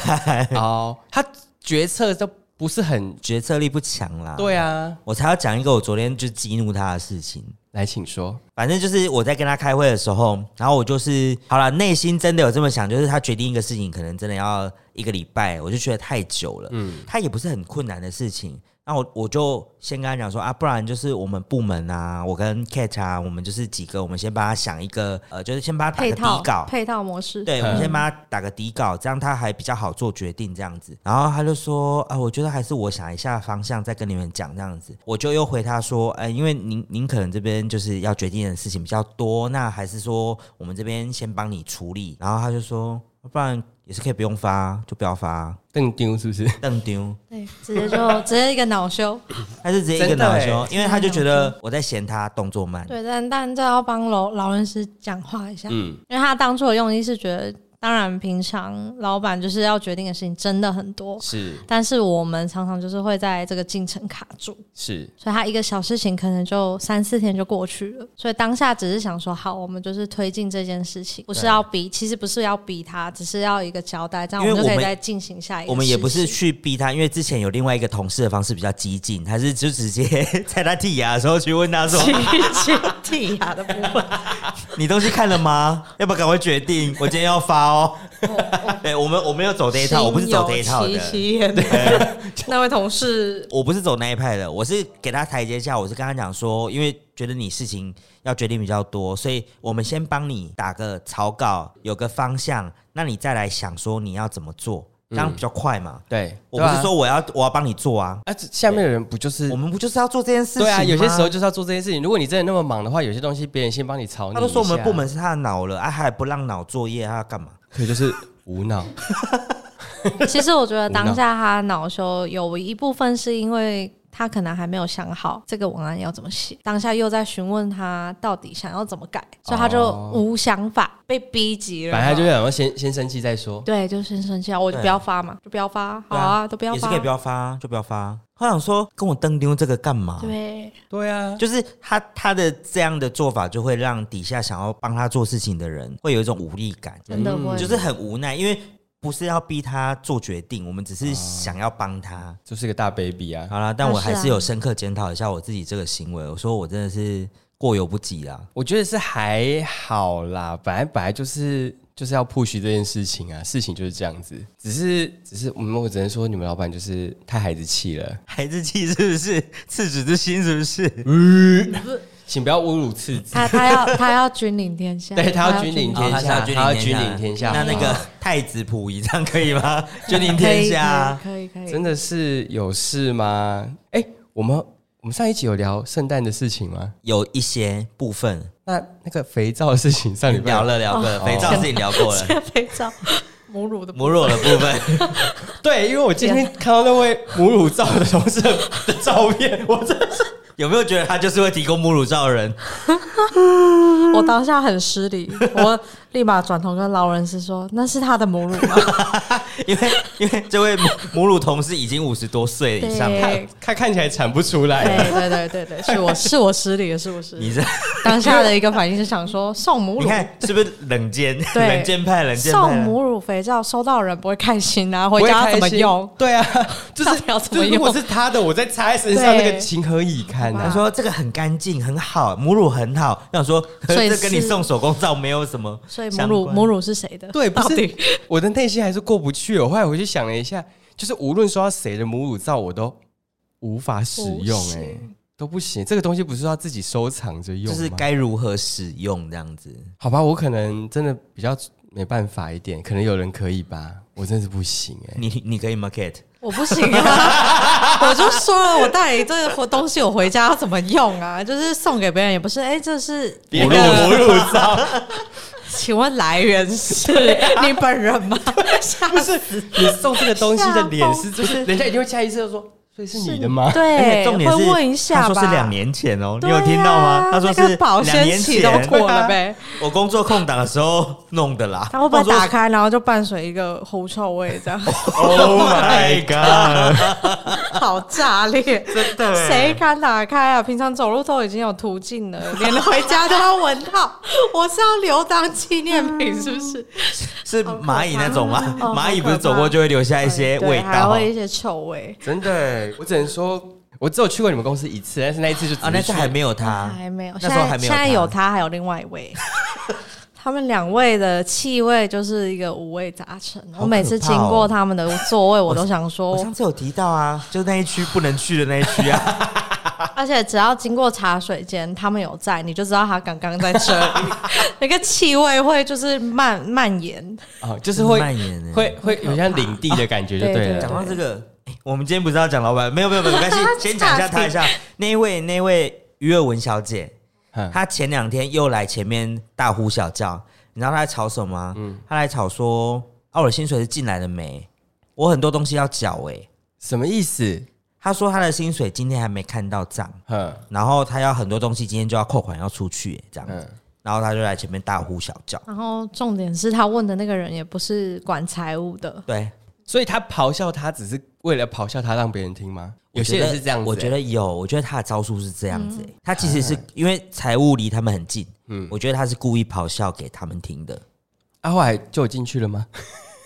Speaker 1: 哦，他决策都不是很
Speaker 2: 决策力不强啦。
Speaker 1: 对啊。
Speaker 2: 我才要讲一个我昨天就激怒他的事情。
Speaker 1: 来，请说。
Speaker 2: 反正就是我在跟他开会的时候，然后我就是好了，内心真的有这么想，就是他决定一个事情，可能真的要一个礼拜，我就觉得太久了。嗯，他也不是很困难的事情，那我我就先跟他讲说啊，不然就是我们部门啊，我跟 Kate 啊，我们就是几个，我们先帮他想一个，呃，就是先帮他打
Speaker 4: 配
Speaker 2: 个
Speaker 4: 套
Speaker 2: 底稿，
Speaker 4: 配套模式，
Speaker 2: 对，我
Speaker 1: 嗯
Speaker 2: 们先帮他打个底稿，这样他还比较好做决定这样子。然后他就说啊，我觉得还是我想一下方向再跟你们讲这样子。我就又回他说，哎、因为您您可能这边就是要决定的事情比较多，那还是说我们这边先帮你处理。然后他就说，不然也是可以不用发，就不要发，
Speaker 1: 更丢是不是？
Speaker 2: 邓丢。
Speaker 4: 对，直接 就直接一个恼羞。
Speaker 2: 他是直接一个
Speaker 1: 真的
Speaker 2: 恼
Speaker 1: 欸
Speaker 2: 羞，因为他就觉得我在嫌他动作慢。
Speaker 4: 对，但但这要帮劳劳伦斯讲话一下，
Speaker 1: 嗯，
Speaker 4: 因为他当初的用意是觉得，当然平常老板就是要决定的事情真的很多，
Speaker 1: 是
Speaker 4: 但是我们常常就是会在这个进程卡住，
Speaker 1: 是，
Speaker 4: 所以他一个小事情可能就三四天就过去了，所以当下只是想说，好，我们就是推进这件事情，不是要逼，其实不是要逼他，只是要一个交代，这样
Speaker 2: 因
Speaker 4: 我
Speaker 2: 为
Speaker 4: 们就可
Speaker 2: 我们
Speaker 4: 以再进行下一个事情。
Speaker 2: 我们也不是去逼他，因为之前有另外一个同事的方式比较激进，他是就直接 在他剔牙的时候去问他说
Speaker 3: 接剔牙的部分，：“
Speaker 2: 你东西看了吗？要不要赶快决定？我今天要发哦。” 对，我们我没有走这一套，我不是走这一套
Speaker 3: 心有戚
Speaker 2: 的，
Speaker 3: 戚焉那位同事
Speaker 2: 我不是走那一派的，我是给他台阶下，我是跟他讲说，因为觉得你事情要决定比较多，所以我们先帮你打个草稿，有个方向，那你再来想说你要怎么做，这样比较快嘛。
Speaker 1: 对，
Speaker 2: 我
Speaker 1: 对
Speaker 2: 不
Speaker 1: 啊
Speaker 2: 是说我要我要帮你做啊，
Speaker 1: 啊，这下面的人不就是
Speaker 2: 我们不就是要做这件事情
Speaker 1: 对啊？有些时候
Speaker 2: 吗
Speaker 1: 就是要做这件事情。如果你真的那么忙的话，有些东西别人先帮你炒你一下。
Speaker 2: 他都说我们部 门是他的脑了，啊，还不让脑作业，他要干嘛？
Speaker 1: 可以就是无 脑，
Speaker 4: 其实我觉得当下他恼羞有一部分是因为他可能还没有想好这个文案要怎么写，当下又在询问他到底想要怎么改，所以他就
Speaker 1: 哦
Speaker 4: 无想法，被逼急了。
Speaker 1: 反正他就想要先先生气再说。
Speaker 4: 对，就先生气啊，我就
Speaker 2: 对
Speaker 4: 不要发嘛，就不要发，好
Speaker 2: 对
Speaker 4: 啊，都不要
Speaker 2: 也是
Speaker 4: 发，
Speaker 2: 可以不要发，啊就不要发。他想说跟我登丢这个干嘛？
Speaker 4: 对，
Speaker 1: 对啊，
Speaker 2: 就是他他的这样的做法，就会让底下想要帮他做事情的人会有一种无力感，
Speaker 4: 真的会，
Speaker 2: 就是很无奈，因为不是要逼他做决定，我们只是想要帮他。
Speaker 1: 就是个大 baby 啊。
Speaker 2: 好啦，但
Speaker 4: 啊
Speaker 2: 我
Speaker 4: 是
Speaker 2: 还
Speaker 4: 啊
Speaker 2: 是有深刻检讨一下我自己这个行为，我说我真的是过犹不及啊。
Speaker 1: 我觉得是还好啦，本来本来就是就是要 push 这件事情啊，事情就是这样子。只是只是，嗯，我只能说你们老板就是太孩子气了，
Speaker 2: 孩子气是不是？ 赤子之心是不是？
Speaker 1: 嗯请不要侮辱次子。
Speaker 4: 他他要他要君临天下，
Speaker 1: 对他要君临天
Speaker 2: 哦
Speaker 1: 下
Speaker 2: 他是
Speaker 1: 他要
Speaker 2: 要君
Speaker 1: 君临天下
Speaker 2: 那那个太子溥仪这样可 以吗？君临天下啊，
Speaker 4: 可以可以可以，
Speaker 1: 真 的是有事吗？哎、我们我们上一集有聊圣诞的事情吗？
Speaker 2: 有一些部分
Speaker 1: 那那个肥皂的事情上礼拜
Speaker 2: 聊，了聊
Speaker 1: 哦
Speaker 2: 了，肥皂自己聊过了，
Speaker 3: 肥皂母乳的部
Speaker 2: 母乳的部分
Speaker 1: 对，因为我今天看到那位母乳皂的同事的照片，我真的是
Speaker 2: 有没有觉得他就是会提供母乳照的人？
Speaker 3: 我当下很失礼，我立马转头跟劳伦斯说：“那是他的母乳 吗
Speaker 2: 因为因为这位母母乳同事已经五十多岁以上了，
Speaker 1: 看看看起来产不出？”来，
Speaker 3: 对对对对对，是我是我失礼了，是我失礼
Speaker 2: 你。这
Speaker 3: 当下的一个反应是想说送母
Speaker 2: 你
Speaker 3: 乳。
Speaker 2: 看是不是冷箭？
Speaker 3: 对
Speaker 2: 冷箭派，冷箭派
Speaker 3: 送
Speaker 2: 啊。
Speaker 3: 母乳肥皂收到的人不会开心啊，回
Speaker 1: 我也
Speaker 3: 家
Speaker 1: 开
Speaker 3: 要怎么
Speaker 1: 心
Speaker 3: 用？？
Speaker 1: 对啊， 就
Speaker 3: 到
Speaker 1: 是
Speaker 3: 底要怎么
Speaker 1: 就是如果
Speaker 3: 用
Speaker 1: 是他的，我再插在身上，
Speaker 3: 对
Speaker 1: 那个情何以堪
Speaker 2: 他
Speaker 1: 啊？
Speaker 2: 说这个很干净，很好，母乳很好。那我说，
Speaker 4: 所以
Speaker 2: 这跟你
Speaker 4: 是
Speaker 2: 送手工皂没有什么
Speaker 4: 所以母
Speaker 2: 相
Speaker 4: 乳
Speaker 2: 关。
Speaker 4: 母乳是谁的？
Speaker 1: 对，不
Speaker 3: 到
Speaker 1: 是
Speaker 3: 底
Speaker 1: 我的内心还是过不去。我后来回去想了一下，就是无论说到谁的母乳皂，我都无法使用、
Speaker 4: 不
Speaker 1: 哎
Speaker 4: 行，
Speaker 1: 都不行。这个东西不是要自己收藏着用
Speaker 2: 就
Speaker 1: 吗？
Speaker 2: 是该如何使用这样子。
Speaker 1: 好吧，我可能真的比较没办法一点，可能有人可以吧，我真的是不行哎、
Speaker 2: 你你可以吗，Kate？
Speaker 3: 我不行 啊！我就说了，我到底这个活东西我回家要怎么用啊？就是送给别人也不是，哎、这是
Speaker 1: 母乳母乳皂
Speaker 3: 请问来源是你本人 吗？吓
Speaker 1: 不是你送这个东西的脸是，就是人家一定会下意识就说，所 以是你的吗？
Speaker 2: 而且
Speaker 3: 对，
Speaker 2: 哎
Speaker 4: 哎
Speaker 2: 重点
Speaker 3: 会
Speaker 2: 是
Speaker 3: 问一下
Speaker 2: 他
Speaker 3: 吧。
Speaker 2: 说是两年前哦，你
Speaker 3: 对啊
Speaker 2: 有听到吗？他说
Speaker 3: 那
Speaker 2: 是
Speaker 3: 个保
Speaker 2: 两
Speaker 3: 鲜
Speaker 2: 年
Speaker 3: 期
Speaker 2: 前
Speaker 3: 都过了呗。
Speaker 2: 我工作空档的时候，弄的啦。
Speaker 4: 它会不会
Speaker 2: 我说
Speaker 4: 打开，然后就伴随一个狐臭味，这样
Speaker 2: ？Oh my god！
Speaker 4: 好炸裂！
Speaker 2: 真的欸
Speaker 4: 谁敢打开啊？平常走路都已经有途径了，连回家都要 闻到。我是要留当纪念品，是不是？
Speaker 2: 是蚂蚁那种吗？
Speaker 4: 哦
Speaker 2: 蚂蚁不是走过就会留下一些
Speaker 4: 对
Speaker 2: 哎味
Speaker 4: 还
Speaker 2: 道
Speaker 4: 会一些臭味。
Speaker 1: 真的欸，我只能说，我只有去过你们公司一次，但是那一次就只
Speaker 3: 哦
Speaker 2: 啊？那
Speaker 1: 是
Speaker 2: 次还
Speaker 1: 去
Speaker 2: 没有它，
Speaker 4: 还没有，
Speaker 2: 那
Speaker 4: 现
Speaker 2: 时候
Speaker 4: 在
Speaker 2: 还没有
Speaker 4: 现
Speaker 2: 它
Speaker 4: 在有他，还有另外一 位。他们两位的气味就是一个五味杂陈。
Speaker 2: 好
Speaker 4: 我每次
Speaker 2: 可
Speaker 4: 经
Speaker 2: 怕哦
Speaker 4: 过他们的座位，我都想说
Speaker 2: 我，上次有提到啊，就是那一区不能去的那一区啊。
Speaker 4: 而且只要经过茶水间，他们有在，你就知道他刚刚在这 里。那个气味会就是蔓蔓延，
Speaker 1: 啊，就是会
Speaker 2: 蔓延欸
Speaker 1: 会会有像领地的感觉就对
Speaker 4: 对
Speaker 1: 了
Speaker 4: 对
Speaker 2: 讲。到这个，诶我们今天不是要讲老板，没有没有没有，没关系，先讲一下他一下那一位那一位于尔文小姐，
Speaker 1: 嗯
Speaker 2: 她前两天又来前面大呼小叫，你知道她在吵什么吗？她来吵说，啊，我的薪水是进来的没？我很多东西要缴诶、
Speaker 1: 什么意思？
Speaker 2: 她说她的薪水今天还没看到账，
Speaker 1: 哼，
Speaker 2: 然后她要很多东西今天就要扣款要出去欸、这样子，
Speaker 1: 嗯
Speaker 2: 然后她就来前面大呼小叫，
Speaker 4: 然后重点是他问的那个人也不是管财务的，
Speaker 2: 对，
Speaker 1: 所以他咆哮，他只是为了咆哮他让别人听吗？有
Speaker 2: 我觉
Speaker 1: 些
Speaker 2: 得
Speaker 1: 人是这样子欸，嗯
Speaker 2: 我觉得有，我觉得他的招数是这样子欸、
Speaker 4: 嗯
Speaker 2: 他其实是因为财务离他们很近，嗯，我觉得他是故意咆哮给他们听的。
Speaker 1: 啊，后来就有进去了吗？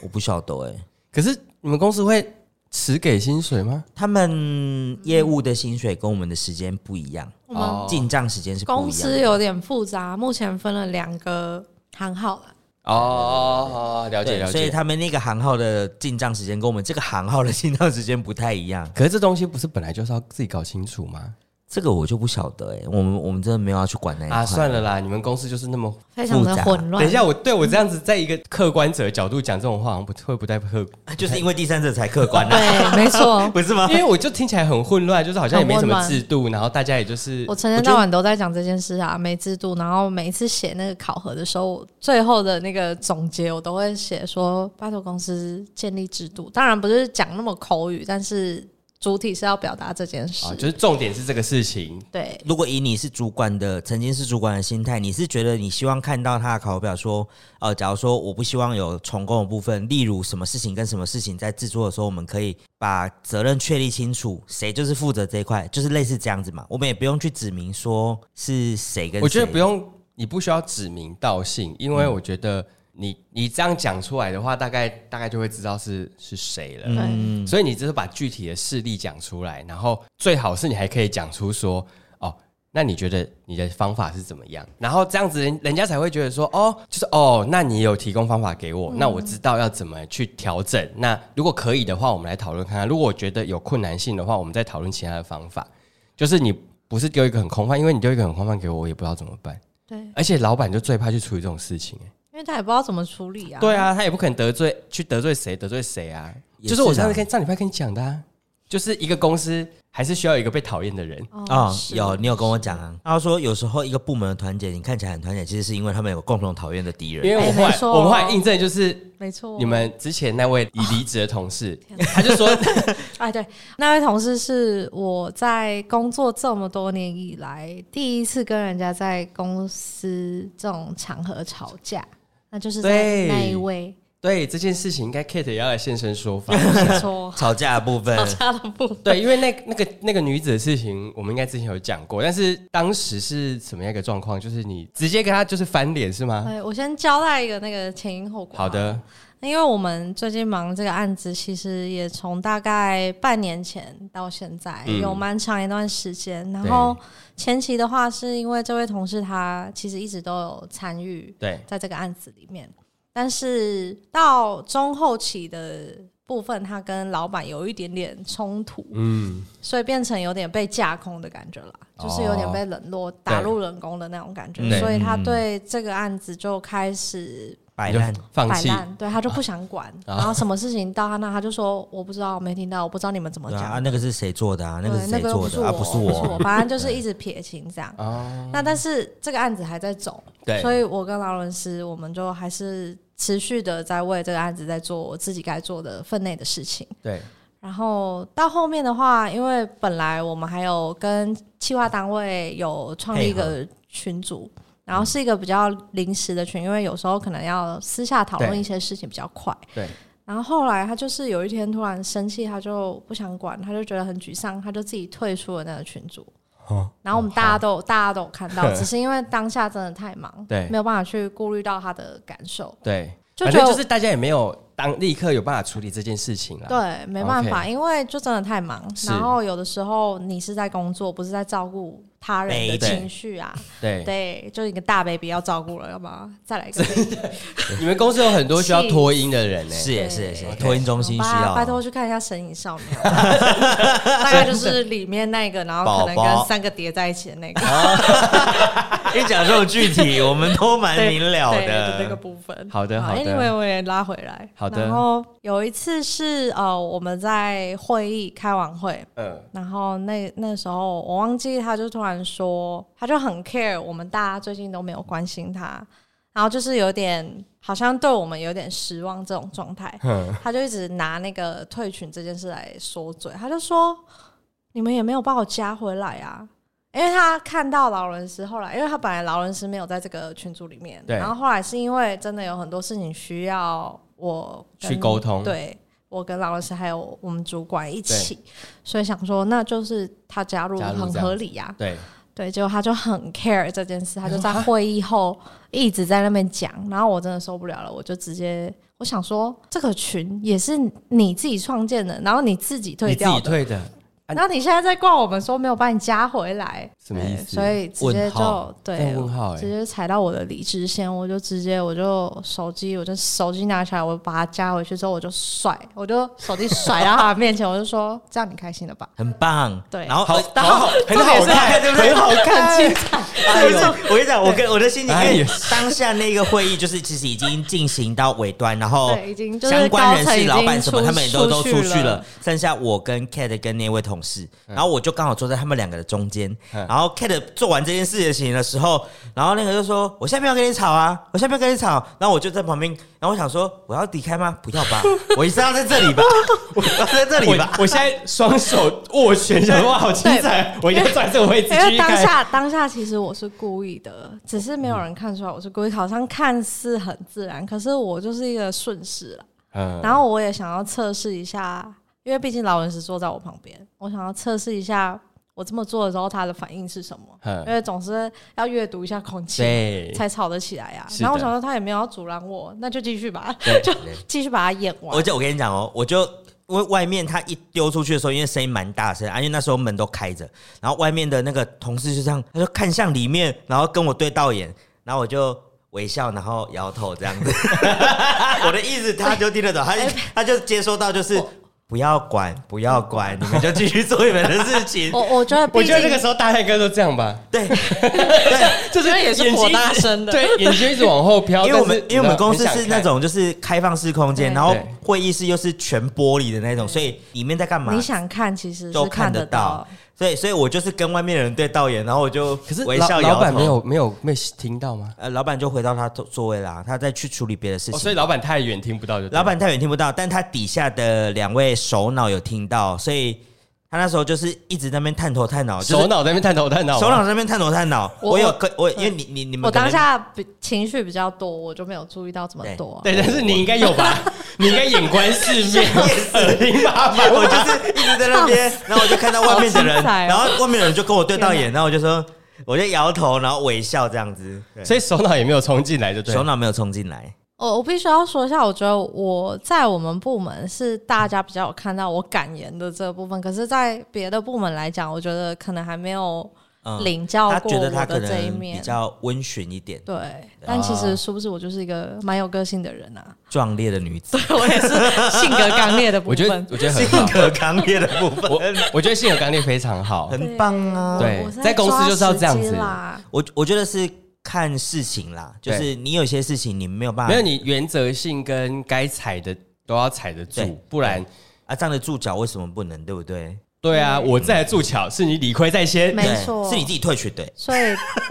Speaker 2: 我不晓得哎、
Speaker 1: 可是你们公司会迟给薪水吗？
Speaker 2: 他们业务的薪水跟我们的时间不一样，
Speaker 4: 我
Speaker 1: 哦
Speaker 4: 们
Speaker 2: 进账时间是不一样的
Speaker 4: 公司有点复杂，目前分了两个行号了。
Speaker 1: 哦，了解
Speaker 2: 对，
Speaker 1: 了
Speaker 2: 所以
Speaker 1: 解。
Speaker 2: 他们那个行号的进账时间跟我们这个行号的进账时间不太一样，
Speaker 1: 可是这东西不是本来就是要自己搞清楚吗？
Speaker 2: 这个我就不晓得哎、我们我们真的没有要去管那一块
Speaker 1: 啊，算了啦，你们公司就是那么……
Speaker 4: 非常的
Speaker 2: 复杂
Speaker 4: 混乱。
Speaker 1: 等一下，我对我这样子，在一个客观者的角度讲这种话，好像不会不太客，
Speaker 2: 就是因为第三者才 客观啊，
Speaker 4: 对，没错，
Speaker 2: 不是吗
Speaker 1: 因？为我就听起来很混乱，就是好像也没什么制度，然后大家也就是
Speaker 4: 我成天到晚都在讲这件事啊，没制度。然后每一次写那个考核的时候，最后的那个总结，我都会写说，拜托公司建立制度。当然不是讲那么口语，但是主体是要表达这件事。
Speaker 2: 哦
Speaker 1: 啊，就是重点是这个事情，
Speaker 4: 对，
Speaker 2: 如果以你是主管的，曾经是主管的心态，你是觉得你希望看到他的考核表说，呃，假如说我不希望有重工的部分，例如什么事情跟什么事情在制作的时候，我们可以把责任确立清楚，谁就是负责这一块，就是类似这样子嘛。我们也不用去指明说是谁跟谁，
Speaker 1: 我觉得不用，你不需要指名道姓，因为我觉得你你这样讲出来的话，大概大概就会知道是是谁了。
Speaker 2: 嗯，
Speaker 1: 所以你只是把具体的事例讲出来，然后最好是你还可以讲出说，哦，那你觉得你的方法是怎么样？然后这样子人人家才会觉得说，哦，就是哦，那你有提供方法给我，那我知道要怎么去调整。那如果可以的话，我们来讨论看看；如果我觉得有困难性的话，我们再讨论其他的方法。就是你不是丢一个很空泛，因为你丢一个很空泛给我，我也不知道怎么办。
Speaker 4: 对，
Speaker 1: 而且老板就最怕去处理这种事情、欸
Speaker 4: 因为他也不知道怎么处理啊。
Speaker 1: 对啊，他也不可能得罪去得罪谁，得罪谁啊？
Speaker 2: 也
Speaker 1: 就是我
Speaker 2: 是啊
Speaker 1: 上次跟上礼拜跟你讲的、啊，就是一个公司还是需要有一个被讨厌的人。
Speaker 2: 啊、
Speaker 4: 哦，是
Speaker 2: 有你有跟我讲啊，他说有时候一个部门的团结，你看起来很团结，其实是因为他们有共同讨厌的敌人，
Speaker 1: 因为我
Speaker 4: 哎
Speaker 1: 后
Speaker 4: 没
Speaker 1: 来、
Speaker 4: 错
Speaker 1: 我们后来印证就是
Speaker 4: 没错，
Speaker 1: 你们之前那位已离职的同 事，他就说
Speaker 4: 哎，对，那位同事是我在工作这么多年以来第一次跟人家在公司这种场合吵架，那就是在
Speaker 1: 对
Speaker 4: 那 一位
Speaker 1: 对这件事情应该 Kate 也要来现身说 法。
Speaker 4: 没错
Speaker 2: 吵架 的部分，
Speaker 4: 他的部分。
Speaker 1: 对，因为那那个那个女子的事情，我们应该之前有讲过，但是当时是什么样一个状况？就是你直接跟他就是翻脸是吗？
Speaker 4: 哎，我先交代一个那个前因后果。
Speaker 1: 好，的，
Speaker 4: 因为我们最近忙这个案子，其实也从大概半年前到现在、
Speaker 1: 嗯
Speaker 4: 有蛮长一段时间。然后前期的话，是因为这位同事他其实一直都有参与
Speaker 1: 对，
Speaker 4: 在这个案子里面。但是到中后期的部分，他跟老板有一点点冲突，
Speaker 1: 嗯，
Speaker 4: 所以变成有点被架空的感觉啦，
Speaker 1: 哦
Speaker 4: 就是有点被冷落、打入冷宫的那种感觉
Speaker 2: 对。
Speaker 4: 所以他对这个案子就开始
Speaker 2: 摆
Speaker 1: 你就
Speaker 2: 烂，
Speaker 1: 放
Speaker 4: 摆
Speaker 1: 弃，
Speaker 4: 烂，对他就不想管。
Speaker 1: 啊
Speaker 4: 然后什么事情到他那，他就说我不知道，我没听到，我不知道你们怎么
Speaker 2: 对啊，啊
Speaker 4: 讲。
Speaker 2: 那个是谁做的啊？那
Speaker 4: 对
Speaker 2: 个是
Speaker 4: 那
Speaker 2: 谁
Speaker 4: 个
Speaker 2: 做
Speaker 4: 又不是
Speaker 2: 的
Speaker 4: 我，
Speaker 2: 啊？不是
Speaker 4: 不是我
Speaker 2: 我，，
Speaker 4: 反正就是一直撇清 这样。
Speaker 1: 哦，
Speaker 4: 那但是这个案子还在走，
Speaker 1: 对，
Speaker 4: 所以我跟劳伦斯，我们就还是持续的在为这个案子在做我自己该做的分内的事情。
Speaker 1: 对，
Speaker 4: 然后到后面的话，因为本来我们还有跟企划单位有创立一个群组，然后是一个比较临时的群，因为有时候可能要私下讨论
Speaker 1: 对
Speaker 4: 一些事情比较快。
Speaker 1: 对，
Speaker 4: 然后后来他就是有一天突然生气，他就不想管，他就觉得很沮丧，他就自己退出了那个群组。
Speaker 1: 哦
Speaker 4: 然后我们大家都有、大家都有看 到，只是因为当下真的太忙，
Speaker 1: 对
Speaker 4: 没有办法去顾虑到他的感受，
Speaker 1: 对，
Speaker 4: 就
Speaker 1: 反
Speaker 4: 觉
Speaker 1: 正
Speaker 4: 得
Speaker 1: 就是大家也没有当立刻有办法处理这件事情啦。
Speaker 4: 对，没办法，因为就真的太忙。
Speaker 1: 是
Speaker 4: 然后有的时候你是在工作，不是在照顾他人的情绪啊。
Speaker 1: 对，
Speaker 4: 对，就一个大 baby 要照顾了，要不要再来 一个 baby？
Speaker 1: 你们公司有很多需要脱音的人呢、欸
Speaker 2: 是也是也是
Speaker 1: 对，
Speaker 2: 托音中心需
Speaker 4: 拜
Speaker 2: 要
Speaker 4: 拜托去看一下《神隐少女》， 大概就是里面那个，然后可能
Speaker 2: 宝宝
Speaker 4: 跟三个叠在一起的那个，
Speaker 2: 一讲这种具体，我们都蛮
Speaker 4: 对
Speaker 2: 明了
Speaker 4: 对的那个
Speaker 2: 的。
Speaker 4: 部分。
Speaker 1: 好的好的
Speaker 4: a n y w a y 我也拉回来。
Speaker 1: 好的
Speaker 4: 然后有一次是呃，我们在会议开完会，
Speaker 1: 嗯，
Speaker 4: 然后那那时候我忘记，他就突然说，他就很 care 我们大家最近都没有关心他，然后就是有点好像对我们有点失望这种状态，他就一直拿那个退群这件事来说嘴，他就说你们也没有把我加回来啊。因为他看到劳伦斯后来，因为他本来劳伦斯没有在这个群组里面，
Speaker 1: 对
Speaker 4: 然后后来是因为真的有很多事情需要我跟
Speaker 1: 去沟通
Speaker 4: 对我跟劳伦斯还有我们主管一
Speaker 1: 对
Speaker 4: 起，所以想说，那就是他加入
Speaker 1: 加入
Speaker 4: 很
Speaker 1: 这样
Speaker 4: 合理呀、啊
Speaker 1: 对，
Speaker 4: 对，结果他就很 care 这件事，他就 在会议后一直在那边讲，然后我真的受不了了，我就直接我想说，这个群也是你自己创建的，然后你自己退
Speaker 1: 你自
Speaker 4: 掉
Speaker 1: 己
Speaker 4: 的，
Speaker 1: 退的啊
Speaker 4: 然后你现在在怪我们说没有把你加回来，
Speaker 1: 什么意思
Speaker 4: 对所以直接
Speaker 2: 问
Speaker 4: 就
Speaker 2: 号
Speaker 4: 对
Speaker 1: 这。问号哎、
Speaker 4: 直接踩到我的理智线，我就直接我就手机，我就手机拿起来，我把它加回去之后，我就甩，我就手机甩到他的面前，我就说：“这样你开心了吧？”
Speaker 2: 很棒，
Speaker 4: 对
Speaker 2: 然后呃
Speaker 1: 好
Speaker 2: 然后
Speaker 1: 很好看，
Speaker 2: 对不对
Speaker 1: 很好看，精彩。
Speaker 2: 哎呦我跟你讲，我跟我的心情，
Speaker 1: 哎
Speaker 2: 因为
Speaker 1: 呀
Speaker 2: 当下那个会议就是其实已经进行到尾端，然后
Speaker 4: 对已经就是
Speaker 2: 相关
Speaker 4: 高层
Speaker 2: 人
Speaker 4: 已
Speaker 2: 士、
Speaker 4: 经
Speaker 2: 老板什么
Speaker 4: 出
Speaker 2: 他们也都都
Speaker 4: 出
Speaker 2: 出
Speaker 4: 去
Speaker 2: 去了
Speaker 4: 了，
Speaker 2: 剩下我跟 Cat 跟那位同事，然后我就刚好坐在他们两个的中间，然后 Cat 做完这件事情的时候，然后那个就说：“我下面要跟你吵啊，我下面要跟你吵。”然后我就在旁边，然后我想说：“我要离开吗？不要吧，我一定要在这里吧， 我要在这里吧。
Speaker 1: 我我现在双手握拳，想说哇，好精彩！我一定要坐在这个位置
Speaker 4: 因
Speaker 1: 继
Speaker 4: 为
Speaker 1: 续
Speaker 4: 当
Speaker 1: 看。
Speaker 4: 下当下其实我是故意的，只是没有人看出来我是故意，好像看似很自然，可是我就是一个顺势了。
Speaker 1: 嗯，
Speaker 4: 然后我也想要测试一下，因为毕竟劳伦斯坐在我旁边，我想要测试一下我这么做的时候他的反应是什么，
Speaker 1: 嗯
Speaker 4: 因为总是要阅读一下空气。
Speaker 1: 对，
Speaker 4: 才吵得起来呀、啊！
Speaker 1: 是的
Speaker 4: 然后我想说他也没有要阻拦我，那就继续吧，
Speaker 1: 对
Speaker 4: 就 继续把它演”完
Speaker 2: 而。且我跟你讲哦，我就。因为外面他一丢出去的时候，因为声音蛮大声，啊因为那时候门都开着，然后外面的那个同事就这样，他就看向里面，然后跟我对到眼，然后我就微笑，然后摇头这样 子。我的意思他就听得懂，他
Speaker 1: 哎
Speaker 2: 就他就接收到就是不要管，不要管，你们就继续做你们的事情。
Speaker 1: 哦
Speaker 4: 我我觉得，
Speaker 1: 我觉得这个时候大泰哥都这样吧，
Speaker 2: 对，
Speaker 4: 就是也是
Speaker 1: 眼睛
Speaker 4: 火大声的，
Speaker 1: 对，眼睛一直往后飘。
Speaker 2: 因为我们
Speaker 1: 但是
Speaker 2: 因为我们公司
Speaker 1: 很想
Speaker 2: 是
Speaker 1: 看
Speaker 2: 那种就是开放式空间，
Speaker 4: 对
Speaker 2: 然后
Speaker 1: 对
Speaker 2: 会议室又是全玻璃的那种，所以里面在干嘛
Speaker 4: 你？想看其实
Speaker 2: 都
Speaker 4: 是
Speaker 2: 看
Speaker 4: 得
Speaker 2: 得到，所以所以我就是跟外面的人对道眼，然后我就
Speaker 1: 可是
Speaker 2: 微
Speaker 1: 老
Speaker 2: 笑摇头
Speaker 1: 老板没有没有没有听到吗？
Speaker 2: 呃，老板就回到他座座位啦，他再去处理别的事
Speaker 1: 哦，
Speaker 2: 情。
Speaker 1: 所以老板太远听不到就对了
Speaker 2: 老板太远听不到，但他底下的两位首脑有听到，所以他那时候就是一直在那边探头探脑，就是
Speaker 1: 首脑在那边探头探脑吗，
Speaker 2: 首脑在那边探头探脑。
Speaker 4: 我
Speaker 2: 我有跟我因为你你你们
Speaker 4: 我
Speaker 2: 可能
Speaker 4: 当下比情绪比较多，我就没有注意到这么多啊、
Speaker 1: 对，但是你应该有 吧？你应该眼观四面，耳听八 方。
Speaker 2: 我就是一直在那边，然后我就看到外面的
Speaker 4: 好
Speaker 2: 人，
Speaker 4: 精彩哦
Speaker 2: 然后外面的人就跟我对到眼，
Speaker 4: 天
Speaker 2: 然后我就说我就摇头，然后微笑这样子。
Speaker 1: 所以首脑也没有冲进来，就对了。
Speaker 2: 首脑没有冲进来，
Speaker 4: 哦我我必须要说一下，我觉得我在我们部门是大家比较有看到我感言的这个部分，可是，在别的部门来讲，我觉得可能还没有
Speaker 2: 嗯，
Speaker 4: 领教
Speaker 2: 他
Speaker 4: 过
Speaker 2: 觉
Speaker 4: 我
Speaker 2: 得他可
Speaker 4: 的这一
Speaker 2: 能比
Speaker 4: 面。
Speaker 2: 较啊温驯一点，
Speaker 4: 对，但其实殊不知我就是一个蛮有个性的人啊，
Speaker 2: 壮烈 的女子，
Speaker 4: 我也是 性格刚烈的部
Speaker 1: 我觉得
Speaker 4: 分。
Speaker 1: 我觉得很
Speaker 2: 性
Speaker 1: 好，
Speaker 2: 格刚烈的部分。
Speaker 1: 我我觉得性格刚烈非常好。
Speaker 2: 很棒啊
Speaker 4: 我
Speaker 1: 对
Speaker 4: 嗯我是
Speaker 1: 在公司
Speaker 4: 抓
Speaker 1: 就是要这样
Speaker 4: 时机
Speaker 1: 子
Speaker 4: 啦。
Speaker 2: 我我觉得是看事情啦，就
Speaker 1: 对
Speaker 2: 是你有些事情你没有办法，
Speaker 1: 没有你原则性跟该踩的都要踩得
Speaker 2: 对
Speaker 1: 住，不然
Speaker 2: 啊，站得住脚，为什么不能？对不对？
Speaker 1: 对啊，我自来助巧，是你理亏在先。
Speaker 4: 没
Speaker 2: 对
Speaker 4: 错
Speaker 2: 是你自己退群的。
Speaker 4: 所以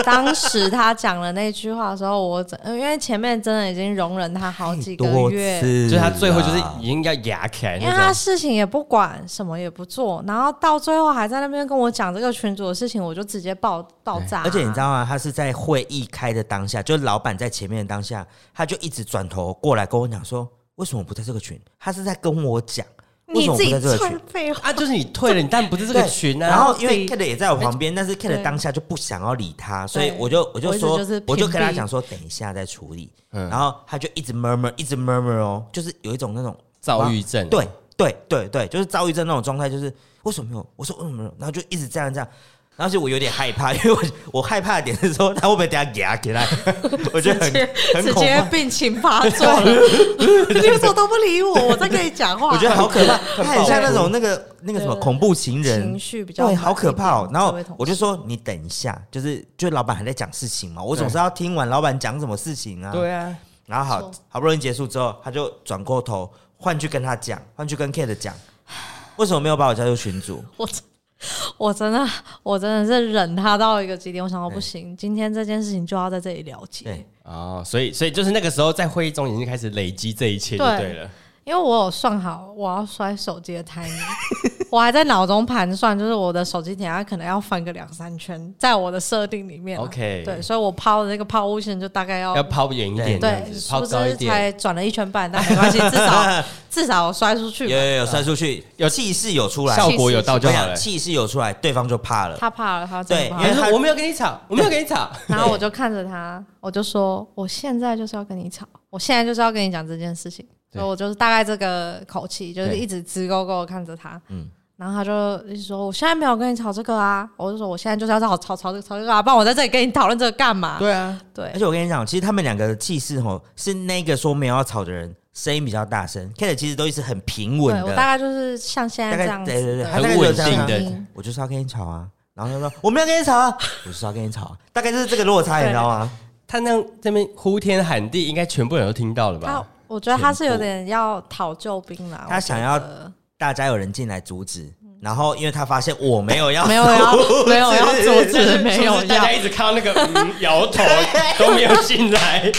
Speaker 4: 当时他讲了那句话的时候，我整因为前面真的已经容忍他好几个
Speaker 2: 多
Speaker 4: 月，
Speaker 2: 次，
Speaker 1: 就是他最后就是已经要牙起来
Speaker 4: 因为他
Speaker 1: 那种，
Speaker 4: 事情也不管，什么也不做，然后到最后还在那边跟我讲这个群主的事情，我就直接爆爆炸。
Speaker 2: 而且你知道吗？他是在会议开的当下，就是老板在前面的当下，他就一直转头过来跟我讲说：“为什么不在这个群？”他是在跟我讲为
Speaker 4: 你
Speaker 2: 什么
Speaker 4: 自
Speaker 2: 不
Speaker 4: 己
Speaker 2: 在这个
Speaker 4: 串
Speaker 2: 群。
Speaker 4: 废话，
Speaker 1: 啊，就是你退了，你但不是这
Speaker 2: 对
Speaker 1: 个群啊。
Speaker 2: 然后因
Speaker 4: 自
Speaker 2: 为
Speaker 4: 己哎
Speaker 2: Kate 也在我旁边，但是 Kate 当下就不想要理他，所以我就我就
Speaker 4: 我一直
Speaker 2: 说
Speaker 4: 就是，
Speaker 2: 我就跟他
Speaker 4: 屏蔽
Speaker 2: 讲说等一下再处理，然后他就一直 murmur，一直 murmur 哦，就是有一种那种
Speaker 1: 躁郁症，
Speaker 2: 对对对对，就是躁郁症那种状态，就是为什么没有？我说为什么没有？然后就一直这样这样，然后就我有点害怕，因为我我害怕的点是说他会不会等下给他给他， 我觉得
Speaker 3: 直
Speaker 2: 很
Speaker 3: 接
Speaker 2: 很
Speaker 3: 直
Speaker 2: 恐
Speaker 3: 接
Speaker 2: 怕。
Speaker 3: 病情发 作了，你为什么都不理我？我在跟你讲话，
Speaker 2: 我觉得好可怕，
Speaker 1: 很
Speaker 2: 他很像
Speaker 4: 暴
Speaker 2: 那
Speaker 4: 力
Speaker 2: 种那个那个什么
Speaker 4: 对
Speaker 2: 恐怖情人，
Speaker 4: 情绪比较
Speaker 2: 对，好
Speaker 4: 满
Speaker 2: 可
Speaker 4: 一
Speaker 2: 怕哦
Speaker 4: 点。
Speaker 2: 然后
Speaker 4: 这位同
Speaker 2: 我就
Speaker 4: 事
Speaker 2: 说你等一下，就是就老板还在讲事情嘛，我总
Speaker 1: 对
Speaker 2: 是要听完老板讲什么事情啊。。
Speaker 1: 对啊，
Speaker 2: 然后好
Speaker 4: 没错
Speaker 2: 好不容易结束之后，他就转过头换去跟他讲，换去跟 Kate 讲，为什么没有把我加入群组？
Speaker 4: 我真我真的我真的是忍他到一个极点，我想到不行，今天这件事情就要在这里了结。
Speaker 2: 对，
Speaker 1: 哦，所以所以就是那个时候在会议中已经开始累积这一切就
Speaker 4: 对
Speaker 1: 对了。
Speaker 4: 因为我有算好我要摔手机的 timing，我 还在脑中盘算，就是我的手机等一下可能要翻个两三圈，在我的设定里面啊、
Speaker 1: OK
Speaker 4: 对，所以我抛的那个抛物线就大概要
Speaker 1: 要抛远一点，这样
Speaker 4: 哦对，
Speaker 1: 子
Speaker 4: 殊
Speaker 1: 抛
Speaker 4: 不
Speaker 1: 高一
Speaker 4: 知
Speaker 1: 点，
Speaker 4: 才转了一圈半，但没关系，至少至少我摔出 去
Speaker 2: 有
Speaker 4: 嘛，
Speaker 2: 有有摔出去，有气势有出来，
Speaker 1: 效果有到
Speaker 2: 我
Speaker 1: 就
Speaker 2: 跟你
Speaker 1: 好
Speaker 2: 讲
Speaker 1: 了。
Speaker 2: 气势有出来，对方就怕了。
Speaker 4: 他怕了，他真的
Speaker 2: 对
Speaker 4: 怕
Speaker 2: 因为
Speaker 4: 了。
Speaker 1: 他
Speaker 2: 他
Speaker 1: 说我没有跟你吵，我没有跟你吵，
Speaker 4: 然后我就看着他，我就说：“我现在就是要跟你吵，我现在就是要跟你讲这件事情。”
Speaker 1: 对
Speaker 4: 所以我就是大概这个口气，就是
Speaker 1: 对
Speaker 4: 一直直勾勾地看着他。
Speaker 2: 嗯
Speaker 4: 然后他就一直说：“我现在没有跟你吵这个啊！”我就说：“我现在就是要吵吵吵这个吵这个啊，不然我在这里跟你讨论这个干嘛？”
Speaker 1: 对啊，
Speaker 4: 对
Speaker 2: 而且我跟你讲，其实他们两个的气势吼，是那个说没有要吵的人声音比较大声，Kate 其实都是很平稳
Speaker 4: 对，
Speaker 2: 的，
Speaker 4: 我大概就是像现
Speaker 2: 大
Speaker 4: 在
Speaker 2: 概
Speaker 4: 这样子
Speaker 2: 对对对
Speaker 4: 的
Speaker 2: 他大概
Speaker 1: 很
Speaker 2: 就
Speaker 1: 稳
Speaker 2: 这样
Speaker 1: 定
Speaker 4: 声
Speaker 1: 的
Speaker 4: 音。
Speaker 2: 我就是要跟你吵啊。然后他说我没有跟你吵啊， 我就是要跟你吵、啊，大概就是这个落差，你知道吗？
Speaker 1: 他那样这边呼天喊地，应该全部人都听到了
Speaker 4: 他
Speaker 1: 吧？
Speaker 4: 我觉得他是有
Speaker 2: 全部
Speaker 4: 点要讨救兵啦，
Speaker 2: 他
Speaker 4: 我
Speaker 2: 想
Speaker 4: 觉
Speaker 2: 要
Speaker 4: 得
Speaker 2: 大家有人进来阻止，然后因为他发现我没有要
Speaker 4: 没有要没有要阻
Speaker 1: 但
Speaker 4: 止，
Speaker 1: 是
Speaker 4: 没
Speaker 1: 是不
Speaker 4: 有
Speaker 1: 是大
Speaker 4: 要
Speaker 1: 家。一直看到那个嗯摇头 都没有进 来，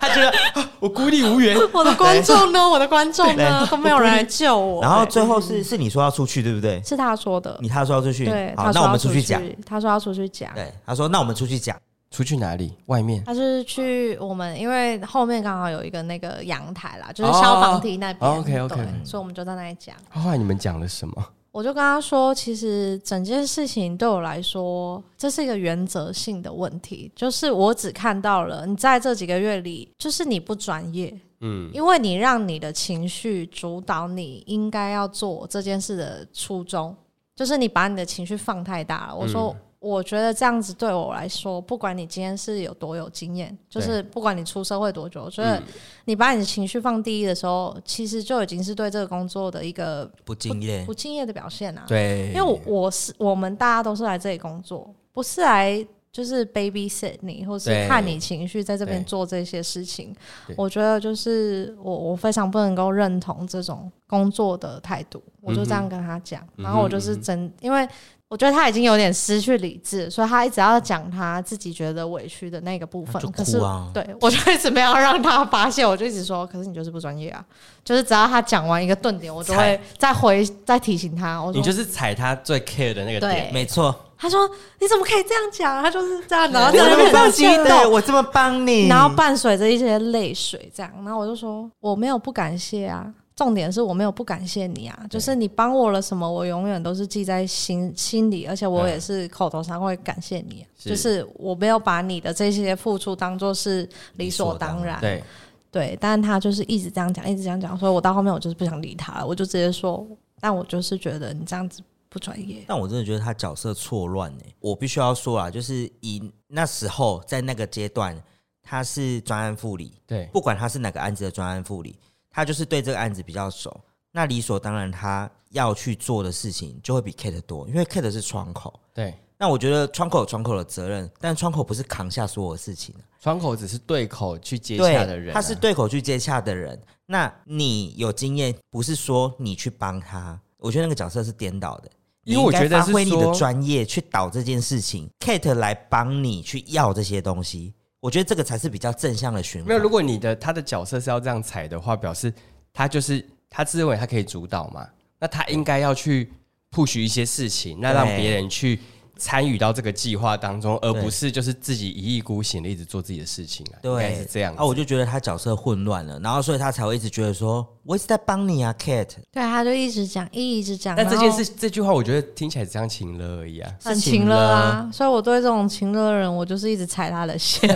Speaker 1: 他觉得啊我孤立无援，
Speaker 4: 我的观众呢？我的观众呢？都没有人来救我。
Speaker 2: 然后最后是是你说要出去，对不对？
Speaker 4: 是他说的，
Speaker 2: 你他说要出去，
Speaker 4: 对，
Speaker 2: 好，
Speaker 4: 他
Speaker 2: 那
Speaker 4: 说
Speaker 2: 我
Speaker 4: 要
Speaker 2: 们出去讲。
Speaker 4: 他说要出去讲。
Speaker 2: 对，他说那我们出去讲。
Speaker 1: 出去哪里？外面
Speaker 4: 他就是去我们，因为后面刚好有一个那个阳台
Speaker 2: 哦
Speaker 4: 啦，就是消防堤那边。
Speaker 1: 哦哦，OK，OK
Speaker 4: 对所以我们就在那里讲。
Speaker 1: 哦后来你们讲了什么？
Speaker 4: 我就跟他说，其实整件事情对我来说，这是一个原则性的问题，就是我只看到了你在这几个月里，就是你不专业，嗯，因为你让你的情绪主导你应该要做这件事的初衷，就是你把你的情绪放太大了。我说。我觉得这样子对我来说，不管你今天是有多有经验，就是不管你出社会多久，我觉得你把你的情绪放第一的时候，其实就已经是对这个工作的一个
Speaker 2: 不敬业
Speaker 4: 不，敬业的表现啊。，
Speaker 1: 对
Speaker 2: 哎
Speaker 4: 因为我我是我们大家都是来这里工作，不是来就是 babysit 你，或是
Speaker 1: 对
Speaker 4: 看你情绪，在这边
Speaker 1: 对
Speaker 4: 做这些事情
Speaker 1: 对。
Speaker 4: 我觉得就是我我非常不能够认同这种工作的态度，
Speaker 2: 嗯
Speaker 4: 我就这样跟他讲，然后我就是真因为。我觉得他已经有点失去理智，所以他一直要讲他自己觉得委屈的那个部
Speaker 2: 他
Speaker 4: 分。
Speaker 2: 就
Speaker 4: 可是
Speaker 2: 哭啊，
Speaker 4: 对我就一直没有让他发现，我就一直说，可是你就是不专业啊！就是只要他讲完一个顿点，我就会再回再提醒他。我说，
Speaker 1: 你就是踩他最 care 的那个点，
Speaker 4: 对，
Speaker 2: 没错。
Speaker 4: 他说你怎么可以这样讲？他就是这样，然后
Speaker 2: 我
Speaker 4: 在那
Speaker 2: 这么
Speaker 4: 边
Speaker 2: 帮
Speaker 4: 很
Speaker 2: 你
Speaker 4: 激
Speaker 2: 对
Speaker 4: 动，
Speaker 2: 我这么帮你，
Speaker 4: 然后伴随着一些泪水，这样，然后我就说我没有不感谢啊。重点是我没有不感谢你啊，就是你帮我了什么，我永远都是记在心心里，而且我也是口头上会感谢你啊、
Speaker 1: 是
Speaker 4: 就是我没有把你的这些付出当做是理所当然，
Speaker 1: 对，
Speaker 4: 对，但他就是一直这样讲，一直这样讲，所以我到后面我就是不想理他了，我就直接说，但我就是觉得你这样子不专业。
Speaker 2: 但我真的觉得他角色错乱呢。我必须要说啊，就是以那时候在那个阶段，他是专案副理，
Speaker 1: 对
Speaker 2: 不管他是哪个案子的专案副理，他就是对这个案子比较熟。那理所当然，他要去做的事情就会比 Kate 多，因为 Kate 是窗口。
Speaker 1: 对，
Speaker 2: 那我觉得窗口有窗口的责任，但窗口不是扛下所有事情，啊
Speaker 1: 窗口只是对口去接
Speaker 2: 对，
Speaker 1: 洽的人啊，
Speaker 2: 他是对口去接洽的人。那你有经验，不是说你去帮他。我觉得那个角色是颠倒的。
Speaker 1: 因为我觉
Speaker 2: 你应该
Speaker 1: 得
Speaker 2: 发
Speaker 1: 是
Speaker 2: 挥你的
Speaker 1: 说
Speaker 2: 专业去导这件事情，Kate 来帮你去要这些东西，我觉得这个才是比较正向的循环。
Speaker 1: 没有，如果你的他的角色是要这样踩的话，表示他就是他自认为他可以主导嘛，那他应该要去 push 一些事情，那让
Speaker 2: 对
Speaker 1: 别人去参与到这个计划当中，而
Speaker 2: 对
Speaker 1: 不是就是自己一意孤行的一直做自己的事情啊，应该
Speaker 2: 对，
Speaker 1: 是这样子。
Speaker 2: 啊，
Speaker 4: 哦
Speaker 2: 我就觉得他角色混乱了，然后所以他才会一直觉得说，我一直在帮你啊，Kate。
Speaker 4: 对，他就一直讲，一直讲。
Speaker 1: 但这
Speaker 4: 然
Speaker 1: 件
Speaker 4: 后
Speaker 1: 事这句话，我觉得听起来只像情了而已啊。
Speaker 4: 很
Speaker 2: 是
Speaker 4: 情
Speaker 2: 情
Speaker 4: 乐
Speaker 2: 勒
Speaker 4: 啊，所以我对这种情乐的人，我就是一直踩他 的线，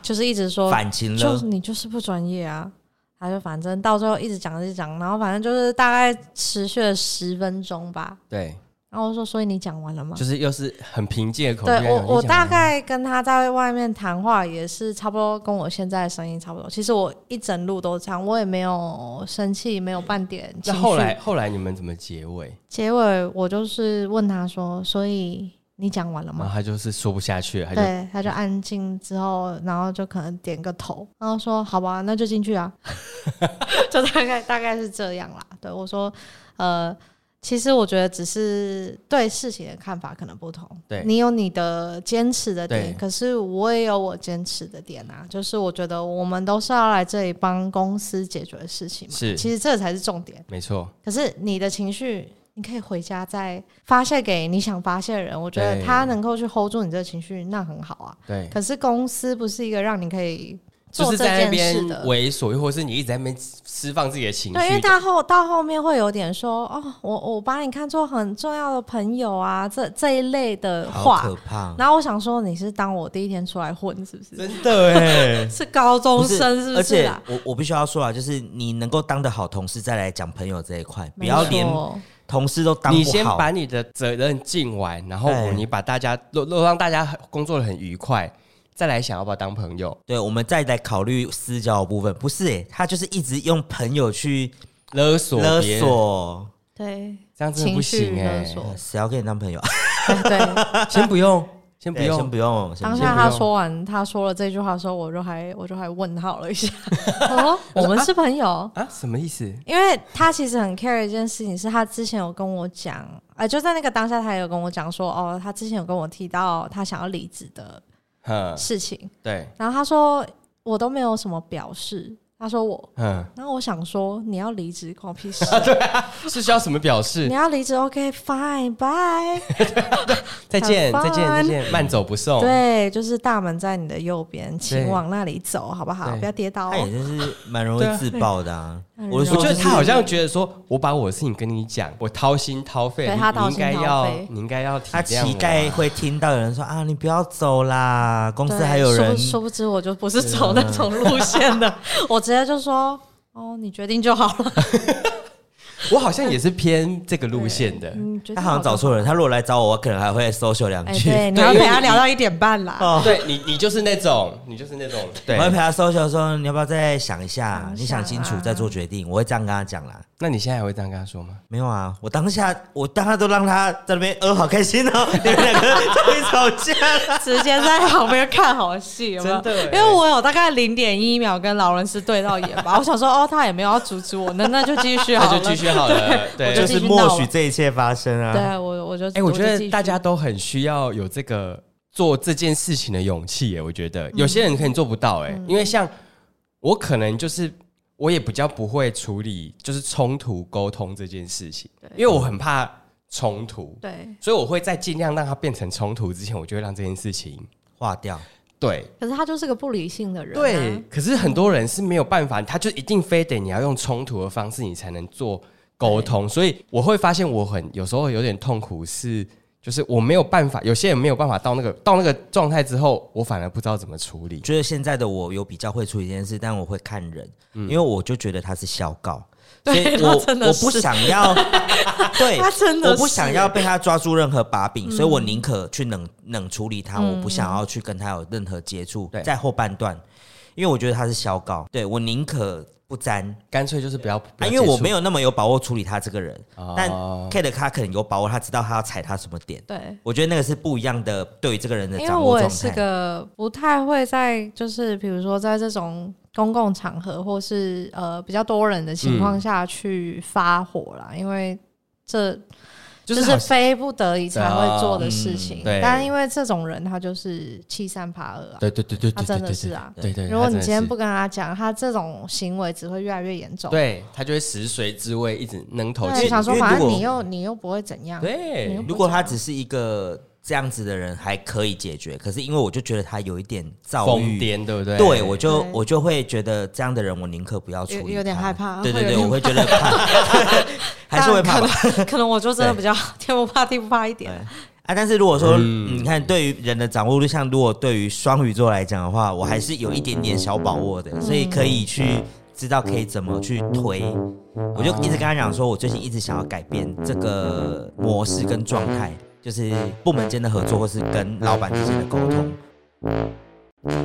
Speaker 4: 就是一直说，
Speaker 2: 反情
Speaker 4: 哦就
Speaker 2: 了
Speaker 4: 是，你就是不专业啊。他就反正到最后一直讲一直讲，然后反正就是大概持续了十分钟吧。
Speaker 1: 对，
Speaker 4: 然后我说，所以你讲完了吗？
Speaker 1: 就是又是很凭借口。
Speaker 4: 对我，我大
Speaker 1: 概。
Speaker 4: 概跟他在外面谈话也是差不多，跟我现在的声音差不多。其实我一整路都这样，我也没有生气，没有半点
Speaker 1: 那
Speaker 4: 情绪。
Speaker 1: 后来后来你们怎么结尾？
Speaker 4: 结尾我就是问他说：“所以你讲完了
Speaker 1: 然后
Speaker 4: 吗
Speaker 1: 他就是说不下啊去了，？”他就
Speaker 4: 对，他就安静之后，然后就可能点个头，然后说：“好吧，那就进去啊。” 就大概大概是这样啦。对我说：“呃，其实我觉得只是对事情的看法可能不同。
Speaker 1: 对
Speaker 4: 你有你的坚持的
Speaker 1: 对
Speaker 4: 点，可是我也有我坚持的点啊。就是我觉得我们都是要来这里帮公司解决的事情嘛。
Speaker 1: 是
Speaker 4: 其实这才是重点。
Speaker 1: 没错，
Speaker 4: 可是你的情绪，你可以回家再发泄给你想发泄的人。我觉得
Speaker 1: 对
Speaker 4: 他能够去 hold 住你这个情绪，那很好啊。
Speaker 1: 对，
Speaker 4: 可是公司不是一个让你可以
Speaker 1: 就
Speaker 4: 做
Speaker 1: 是
Speaker 4: 这
Speaker 1: 在那
Speaker 4: 件
Speaker 1: 边
Speaker 4: 事的。
Speaker 1: 猥琐，又或是你一直在那边释放自己的情绪的。
Speaker 4: 对，因为到后到后面会有点说哦，我我把你看作很重要的朋友啊，这这一类的
Speaker 2: 好
Speaker 4: 话
Speaker 2: 可。怕。
Speaker 4: 然后我想说，你是当我第一天出来混是不是？
Speaker 1: 真的
Speaker 2: 欸
Speaker 1: 哎，
Speaker 4: 是高中
Speaker 2: 不是
Speaker 4: 生是不
Speaker 2: 而
Speaker 4: 是
Speaker 2: 且
Speaker 4: 啊？
Speaker 2: 我我必须要说啊，就是你能够当的好同事，再来讲朋友这一块，不
Speaker 4: 没
Speaker 2: 要连
Speaker 4: 错
Speaker 2: 同事都当
Speaker 1: 你
Speaker 2: 不
Speaker 1: 先
Speaker 2: 好。
Speaker 1: 把你的责任尽完，然后
Speaker 2: 对
Speaker 1: 你把大家都都让大家工作的很愉快，再来想要不要当朋友，
Speaker 2: 对，我们再来考虑私交的部分，不是、欸、他就是一直用朋友去
Speaker 1: 勒索
Speaker 2: 勒
Speaker 1: 别人，
Speaker 2: 索，
Speaker 4: 对
Speaker 1: 这样真的不行哎
Speaker 4: 情绪勒。索
Speaker 2: 谁要跟你当朋友？
Speaker 4: 对，
Speaker 1: 先不用，先不
Speaker 2: 对先
Speaker 1: 用，
Speaker 2: 不用，先
Speaker 4: 当
Speaker 2: 不
Speaker 4: 下
Speaker 2: 用。
Speaker 4: 他说完，他说了这句话的时候，我就还我就还问号了一下，哦， 我们是朋友，
Speaker 1: 啊？什么意思？
Speaker 4: 因为他其实很 care 一件事情，是他之前有跟我讲，呃，就在那个当下，他也有跟我讲说，哦，他之前有跟我提到他想要离职的
Speaker 1: 嗯，
Speaker 4: 事情，
Speaker 1: 对，
Speaker 4: 然后他说我都没有什么表示，他说我，
Speaker 1: 嗯，
Speaker 4: 然后我想说你要离职关我屁事，
Speaker 1: 啊是需要什么表
Speaker 4: 你
Speaker 1: 示？
Speaker 4: 要离职 OK fine bye，
Speaker 1: 再 见，
Speaker 4: 很
Speaker 1: 再见，
Speaker 4: 烦
Speaker 1: 再见，慢走不送。
Speaker 4: 对，就是大门在你的右边，请
Speaker 1: 对
Speaker 4: 往那里走，好不好？
Speaker 1: 对
Speaker 4: 不要跌倒哦
Speaker 2: 他。也就是蛮容
Speaker 1: 对啊
Speaker 2: 易自爆的啊。
Speaker 4: 嗯
Speaker 2: 我是
Speaker 1: 我
Speaker 2: 说，
Speaker 1: 觉得
Speaker 2: 就
Speaker 1: 他
Speaker 2: 是
Speaker 1: 好像觉得说，我把我的事情跟你讲，我掏心掏肺，
Speaker 4: 对
Speaker 1: 你
Speaker 4: 他掏
Speaker 1: 你
Speaker 4: 心
Speaker 1: 应该
Speaker 4: 掏
Speaker 1: 要
Speaker 4: 肺，
Speaker 1: 你应该要体
Speaker 2: 他
Speaker 1: 谅
Speaker 2: 期
Speaker 1: 我
Speaker 2: 待
Speaker 1: 啊
Speaker 2: 会听到有人说啊，你不要走啦，公司
Speaker 4: 对
Speaker 2: 还有
Speaker 4: 殊
Speaker 2: 人
Speaker 4: 不。殊不知我就不是走那种路线的，我直接就说哦，你决定就好了，
Speaker 1: 我好像也是偏这个路线的，
Speaker 4: 你决定
Speaker 2: 他
Speaker 4: 就
Speaker 2: 好像找错人，他如果来找我，我可能还会 social 两
Speaker 4: 哎，啊
Speaker 2: 句，
Speaker 4: 对，你
Speaker 1: 对
Speaker 4: 要
Speaker 1: 因
Speaker 4: 陪
Speaker 1: 为
Speaker 4: 他
Speaker 1: 你
Speaker 4: 聊到一点半啦。
Speaker 2: 哦，
Speaker 1: 对你，你就是那种，你就是那种，对
Speaker 2: 我。会陪他 social 说，你要不要再想一
Speaker 4: 想
Speaker 2: 下
Speaker 4: 一，下
Speaker 2: 你想清楚
Speaker 4: 啊
Speaker 2: 再做决定。我会这样跟他讲啦。
Speaker 1: 那你现在还会这样跟他说吗？
Speaker 2: 没有啊，我当下我当下都让他在那边，呃，好开心 哦，你们两个终于吵架了。
Speaker 4: 直接在旁边看好戏，有没有？
Speaker 1: 真的
Speaker 4: 因
Speaker 1: 欸
Speaker 4: 为我有大概零点一秒跟劳伦斯对到眼吧，我想说哦，他也没有要阻止我，那那就继续好
Speaker 1: 那
Speaker 4: 了，
Speaker 1: 就继续好了， 对。
Speaker 4: 我
Speaker 2: 就
Speaker 4: 就是
Speaker 2: 是
Speaker 4: 继续
Speaker 2: 默
Speaker 4: 闹
Speaker 2: 许这一切发生啊。
Speaker 4: 对我我就
Speaker 1: 哎，我觉
Speaker 4: 就
Speaker 1: 得
Speaker 4: 继续
Speaker 1: 大家都很需要有这个做这件事情的勇气耶。我觉得有
Speaker 4: 嗯
Speaker 1: 些人可能做不到，哎，因为像我可能就是我也比较不会处理就是冲突沟通这件事情，因为我很怕冲突，
Speaker 4: 对，
Speaker 1: 所以我会在尽量让它变成冲突之前，我就会让这件事情
Speaker 2: 划掉。
Speaker 1: 对
Speaker 4: 可是他就是个不理性的人啊，
Speaker 1: 对，可是很多人是没有办法，他就一定非得你要用冲突的方式，你才能做沟通。所以我会发现，我很有时候有点痛苦是，就是我没有办法，有些人没有办法到那个到那个状态之后，我反而不知道怎么处理
Speaker 2: 我。觉得现在的我有比较会处理这件事，但我会看人，
Speaker 1: 嗯
Speaker 2: 因为我就觉得他是小告，所
Speaker 4: 对
Speaker 2: 以我
Speaker 4: 他真的
Speaker 2: 我
Speaker 4: 是
Speaker 2: 不想 要，对，
Speaker 4: 他真的是嗯
Speaker 2: 我不想要被他抓住任何把柄，所以我宁可去冷冷处理他，我不想要去跟他有任何接触
Speaker 1: 对，
Speaker 2: 在后半段，因为我觉得他是小告，对我宁可不沾。
Speaker 1: 干脆就是不要，不
Speaker 2: 啊，
Speaker 1: 要
Speaker 2: 因为我
Speaker 1: 接触
Speaker 2: 没有那么有把握处理他这个人，
Speaker 1: 哦
Speaker 2: 但 Kate 他可能有把握，他知道他要踩他什么点。
Speaker 4: 对。
Speaker 2: 我觉得那个是不一样的，对于这个人的
Speaker 4: 因为
Speaker 2: 掌握
Speaker 4: 我也
Speaker 2: 状
Speaker 4: 是
Speaker 2: 态。
Speaker 4: 个不太会在，就是比如说在这种公
Speaker 1: 嗯
Speaker 4: 共场合或是呃比较多人的情况下去发火啦，因为这
Speaker 1: 就
Speaker 4: 就是
Speaker 1: 好像
Speaker 4: 非不得已才会做的事情。
Speaker 1: 对啊嗯对
Speaker 4: 但因为这种人他就是欺善怕恶啊。
Speaker 1: 对对对对
Speaker 4: 他
Speaker 1: 对，
Speaker 4: 真的
Speaker 1: 对
Speaker 4: 是啊
Speaker 1: 对对。对
Speaker 4: 如
Speaker 1: 他
Speaker 4: 果你
Speaker 1: 真的
Speaker 4: 今天
Speaker 1: 是
Speaker 4: 不跟他讲，他这种行为只会越来越严重。
Speaker 1: 对他就会食髓知味，一直能头
Speaker 4: 对，
Speaker 1: 青。
Speaker 4: 想说
Speaker 2: 因为
Speaker 4: 反正
Speaker 2: 如果
Speaker 4: 你又你又不会怎样。你
Speaker 1: 对
Speaker 4: 又，
Speaker 2: 如果他只是一个这样子的人，还可以解决。可是因为我就觉得他有一点躁
Speaker 1: 疯
Speaker 2: 郁，
Speaker 1: 癫，对不对？
Speaker 2: 对我就
Speaker 4: 对
Speaker 2: 我就会觉得这样的人，我宁可不要处理
Speaker 4: 有
Speaker 2: 他，
Speaker 4: 有点害怕
Speaker 2: 对对
Speaker 4: 会有
Speaker 2: 对，
Speaker 4: 点
Speaker 2: 我会觉得怕， 还是会怕吧。
Speaker 4: 可能我就真的比较 天不怕地不怕一点。
Speaker 2: 啊，但是如果说、你看对于人的掌握度，像如果对于双鱼座来讲的话，我还是有一点点小把握的，所以可以去知道可以怎么去推。我就一直跟他讲说，我最近一直想要改变这个模式跟状态，就是部门间的合作，或是跟老板之间的沟通。